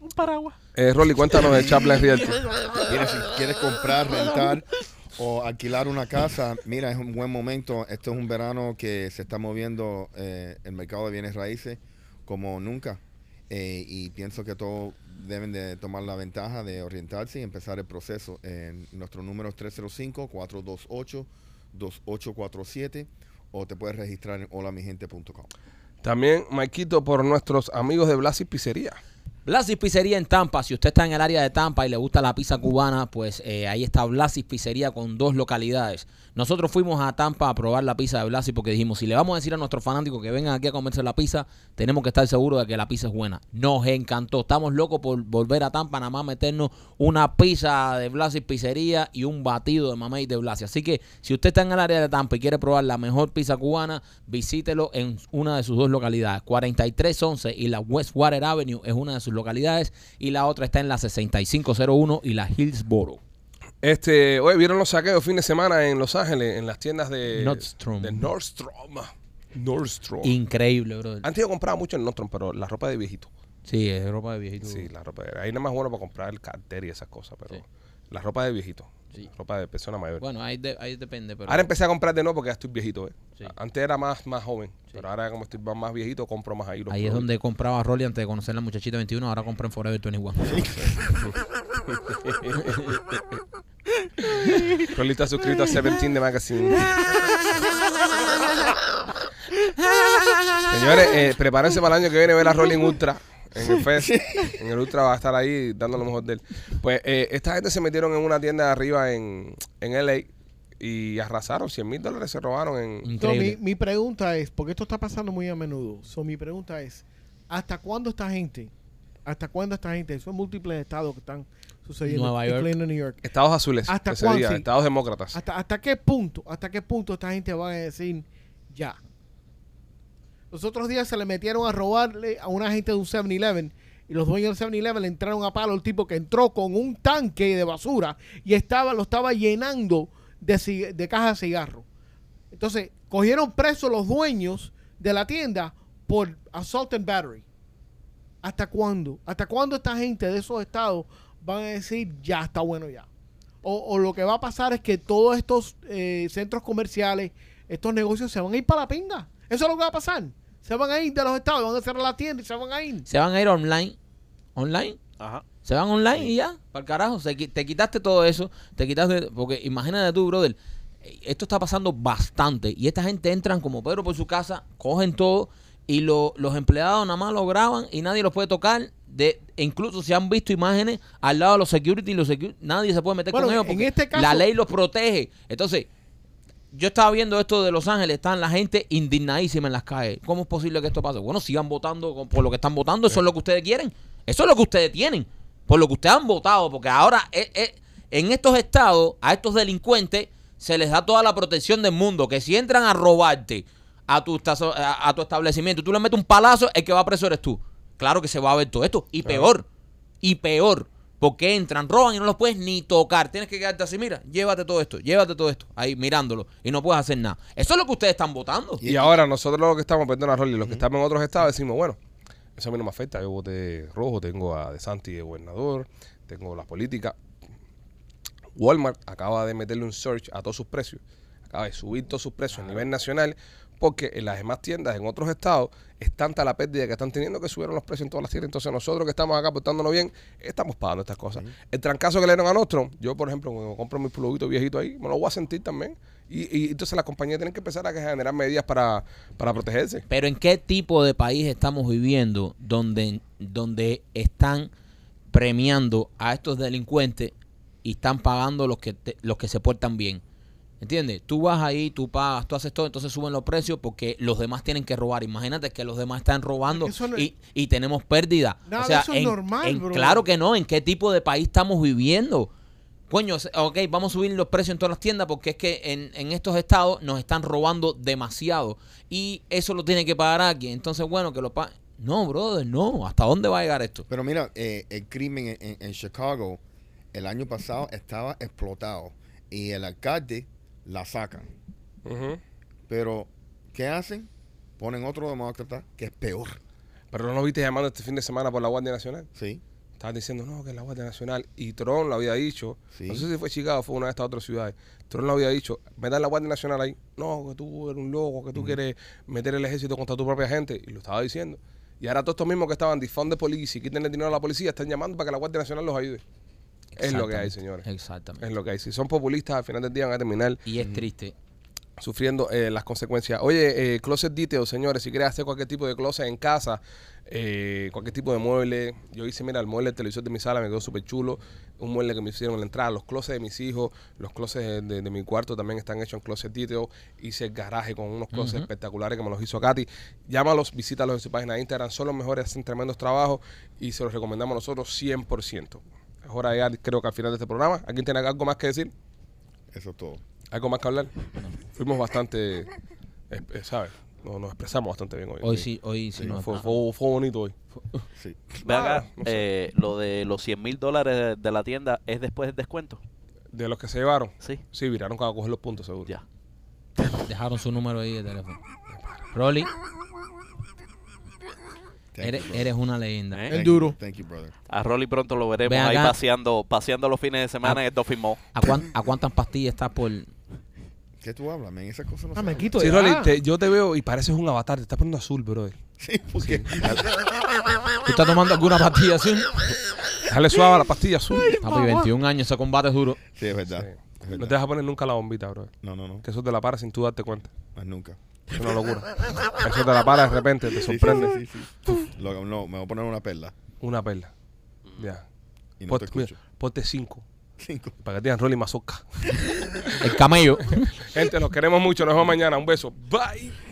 F: Un paraguas.
A: Eh, Rolly, cuéntanos de Chaplin Realty.
E: Mira, si quieres comprar, rentar o alquilar una casa, mira, es un buen momento. Esto es un verano que se está moviendo eh, el mercado de bienes raíces como nunca. Eh, y pienso que todos deben de tomar la ventaja de orientarse y empezar el proceso. En nuestro número es 305-428-2847 o te puedes registrar en holamigente.com.
A: También, Maikito, por nuestros amigos de Blasi Pizzería.
B: Blasis Pizzería en Tampa. Si usted está en el área de Tampa y le gusta la pizza cubana, pues eh, ahí está Blasis Pizzería con dos localidades. Nosotros fuimos a Tampa a probar la pizza de Blasis porque dijimos, si le vamos a decir a nuestros fanáticos que vengan aquí a comerse la pizza, tenemos que estar seguros de que la pizza es buena. Nos encantó. Estamos locos por volver a Tampa, nada más meternos una pizza de Blasis Pizzería y un batido de mamey de Blasis. Así que si usted está en el área de Tampa y quiere probar la mejor pizza cubana, visítelo en una de sus dos localidades, 4311 y la Westwater Avenue es una de sus localidades y la otra está en la 6501 y la Hillsboro.
A: Este, oye, ¿vieron los saqueos fin de semana en Los Ángeles, en las tiendas de
B: Nordstrom.
A: De Nordstrom. Nordstrom.
B: Increíble, brother.
A: Antes yo compraba mucho en Nordstrom, pero la ropa de viejito.
B: Sí, es ropa de viejito.
A: Sí, la ropa de... Ahí nada más bueno para comprar el carter y esas cosas, pero
B: Sí.
A: la ropa de viejito.
B: Sí.
A: Ropa de persona mayor.
B: Bueno, ahí, de- ahí depende, pero...
A: ahora empecé a comprar de nuevo porque ya estoy viejito, ¿eh?
B: Sí.
A: Antes era más, más joven, pero ahora como estoy más- más viejito, compro más ahí. los
B: Ahí es
A: productos.
B: donde compraba Rolly antes de conocer la muchachita 21, ahora compra en Forever 21.
A: Rolly está suscrito a 17 de Magazine. Señores, eh, prepárense para el año que viene ver a Rolly en Ultra. En el Fest, en el Ultra va a estar ahí dando lo mejor de él. Pues eh, esta gente se metieron en una tienda de arriba en, en LA y arrasaron 100 mil dólares, se robaron en...
D: So, mi,
B: Increíble.
D: mi pregunta es, porque esto está pasando muy a menudo, so, mi pregunta es, ¿hasta cuándo esta gente? ¿Hasta cuándo esta gente? Eso es múltiples estados que están sucediendo,
B: Nueva York.
D: incluyendo New York.
A: Estados azules,
D: ¿Hasta
A: ese
D: cuándo,
A: día,
D: sí?
A: estados demócratas.
D: ¿Hasta, ¿Hasta qué punto? ¿Hasta qué punto esta gente va a decir ya? Los otros días se le metieron a robarle a una gente de un 7-Eleven y los dueños del 7-Eleven le entraron a palo al tipo que entró con un tanque de basura y estaba lo estaba llenando de, ci- de cajas de cigarro. Entonces, cogieron presos los dueños de la tienda por assault and battery. ¿Hasta cuándo? ¿Hasta cuándo esta gente de esos estados van a decir ya está bueno ya? O, o lo que va a pasar es que todos estos eh, centros comerciales, estos negocios se van a ir para la pinga. Eso es lo que va a pasar. Se van a ir de los estados, van a cerrar la tienda y se van a ir.
B: Se van a ir online. ¿Online?
F: Ajá.
B: Se van online y ya, para el carajo. Se qui- te quitaste todo eso, te quitaste. Porque imagínate tú, brother, eh, esto está pasando bastante. Y esta gente entran como Pedro por su casa, cogen todo y lo- los empleados nada más lo graban y nadie los puede tocar. De, e incluso se han visto imágenes al lado de los security y los security, nadie se puede meter
D: Bueno,
B: con ellos
D: en
B: porque
D: este caso-
B: la ley los protege. Entonces, yo estaba viendo esto de Los Ángeles, están la gente indignadísima en las calles. ¿Cómo es posible que esto pase? Bueno, sigan votando con- por lo que están votando, eso es lo que ustedes quieren, eso es lo que ustedes tienen, por lo que ustedes han votado, porque ahora eh, eh, en estos estados, a estos delincuentes, se les da toda la protección del mundo, que si entran a robarte a tu, estazo- a, a tu establecimiento, tú le metes un palazo, el que va preso eres tú. Claro que se va a ver todo esto, y peor, y peor. Porque entran, roban y no los puedes ni tocar. Tienes que quedarte así, mira, llévate todo esto, llévate todo esto, ahí mirándolo y no puedes hacer nada. Eso es lo que ustedes están votando.
A: Y ahora nosotros los que estamos, perdona, Rolly, los que estamos en otros estados decimos, bueno, eso a mí no me afecta, yo voté rojo, tengo a De Santi de gobernador, tengo las políticas. Walmart acaba de meterle un search a todos sus precios, acaba de subir todos sus precios a nivel nacional, porque en las demás tiendas, en otros estados, es tanta la pérdida que están teniendo que subieron los precios en todas las tiendas. Entonces nosotros que estamos acá portándonos bien, estamos pagando estas cosas. El trancazo que le dieron a Nostro, yo por ejemplo, cuando compro mi pulguito viejito ahí, me lo voy a sentir también. Y, y entonces las compañías tienen que empezar a generar medidas para, para protegerse.
B: Pero ¿en qué tipo de país estamos viviendo donde, donde están premiando a estos delincuentes y están pagando los que, te- los que se portan bien? ¿Entiendes? Tú vas ahí, tú pagas, tú haces todo, entonces suben los precios porque los demás tienen que robar. Imagínate que los demás están robando
D: Es que eso no-
B: y, y tenemos pérdida.
D: Nada
B: o
D: de
B: sea,
D: eso es
B: en-
D: normal,
B: en-
D: bro.
B: Claro que no, ¿en qué tipo de país estamos viviendo? Coño, se- ok, vamos a subir los precios en todas las tiendas porque es que en, en estos estados nos están robando demasiado y eso lo tiene que pagar alguien. Entonces, bueno, que lo paguen. No, brother, no. ¿Hasta dónde va a llegar esto?
E: Pero mira, eh, el crimen en, en- en Chicago el año pasado estaba explotado y el alcalde la saca.
A: Ujú.
E: Pero, ¿qué hacen? Ponen otro demócrata que es peor.
A: Pero no nos viste llamando este fin de semana por la Guardia Nacional.
E: Sí.
A: Estaban diciendo, no, que la Guardia Nacional. Y Tron lo había dicho.
E: Sí.
A: No sé si fue Chicago o fue una de estas otras ciudades. Tron lo había dicho, metan la Guardia Nacional ahí. No, que tú eres un loco, que tú quieres meter el ejército contra tu propia gente. Y lo estaba diciendo. Y ahora todos estos mismos que estaban defund the police y quiten el dinero a la policía están llamando para que la Guardia Nacional los ayude. Es lo que hay,
B: Exactamente,
A: señores.
B: Exactamente.
A: Es lo que hay. Si son populistas, al final del día van a terminar
B: Y es triste.
A: sufriendo eh, las consecuencias. Oye, eh, closet detail, señores, si quieres hacer cualquier tipo de closet en casa, eh, cualquier tipo de mueble, yo hice, mira, el mueble del televisor de mi sala me quedó súper chulo, un mueble que me hicieron en la entrada, los closets de mis hijos, los closets de, de- de mi cuarto también están hechos en closet detail, hice el garaje con unos closets espectaculares que me los hizo Katy, llámalos, visítalos en su página de Instagram, son los mejores, hacen tremendos trabajos y se los recomendamos nosotros 100%. Es hora ya, creo que al final de este programa, ¿alguien tiene algo más que decir?
E: Eso es todo.
A: ¿Algo más que hablar? Fuimos bastante, eh, eh, ¿sabes? Nos, nos expresamos bastante bien hoy.
B: Hoy sí, hoy sí.
A: Sí,
B: no-
A: fue, fue- fue bonito hoy.
E: Sí.
F: Ve acá,
A: Ah, no sé.
F: eh, lo de los 100 mil dólares de, de la tienda es después del descuento.
A: De los que se llevaron,
F: Sí,
A: sí, viraron a coger los puntos, seguro.
F: ya.
B: Dejaron su número ahí de teléfono. Rolly,
E: Thank
B: eres,
E: you, brother.
B: eres una leyenda.
F: ¿Eh?
E: Thank
D: El
E: you,
D: duro.
E: Thank you, brother.
F: A Rolly pronto lo veremos
B: Ve
F: ahí
B: acá. Ah.
F: paseando, paseando los fines de semana en el Dolphin Mall.
B: ¿A, cuán- a cuántas pastillas estás por...?
E: ¿Qué tú hablas, man? Esas cosas no
D: Ah,
E: se
D: me
E: hablan.
D: quito
A: Sí,
D: ya.
A: Rolly, te- yo te veo y pareces un avatar, te estás poniendo azul, brother.
E: Sí, porque
B: ¿Tú estás tomando alguna pastilla así?
A: Dale suave a la pastilla azul.
B: Papi, 21 años, ese combate es duro.
E: Sí, es verdad.
A: Sí.
E: Es
A: No
E: verdad.
A: te vas a poner nunca la bombita, brother.
E: No, no, no.
A: Que eso te la para sin tú darte cuenta.
E: Más nunca.
A: Es una locura. Eso te la para de repente, te
E: Sí, sí,
A: sorprende.
E: sí, sí, sí. Lo- no, me voy a poner una perla.
A: Una perla. Ya.
E: Y no
A: Ponte,
E: te escucho.
A: Pues, mira, ponte cinco.
E: Cinco.
A: Para que tengan Rolly Mazorca.
B: El camello.
A: Gente, los queremos mucho. Nos vemos mañana. Un beso. Bye.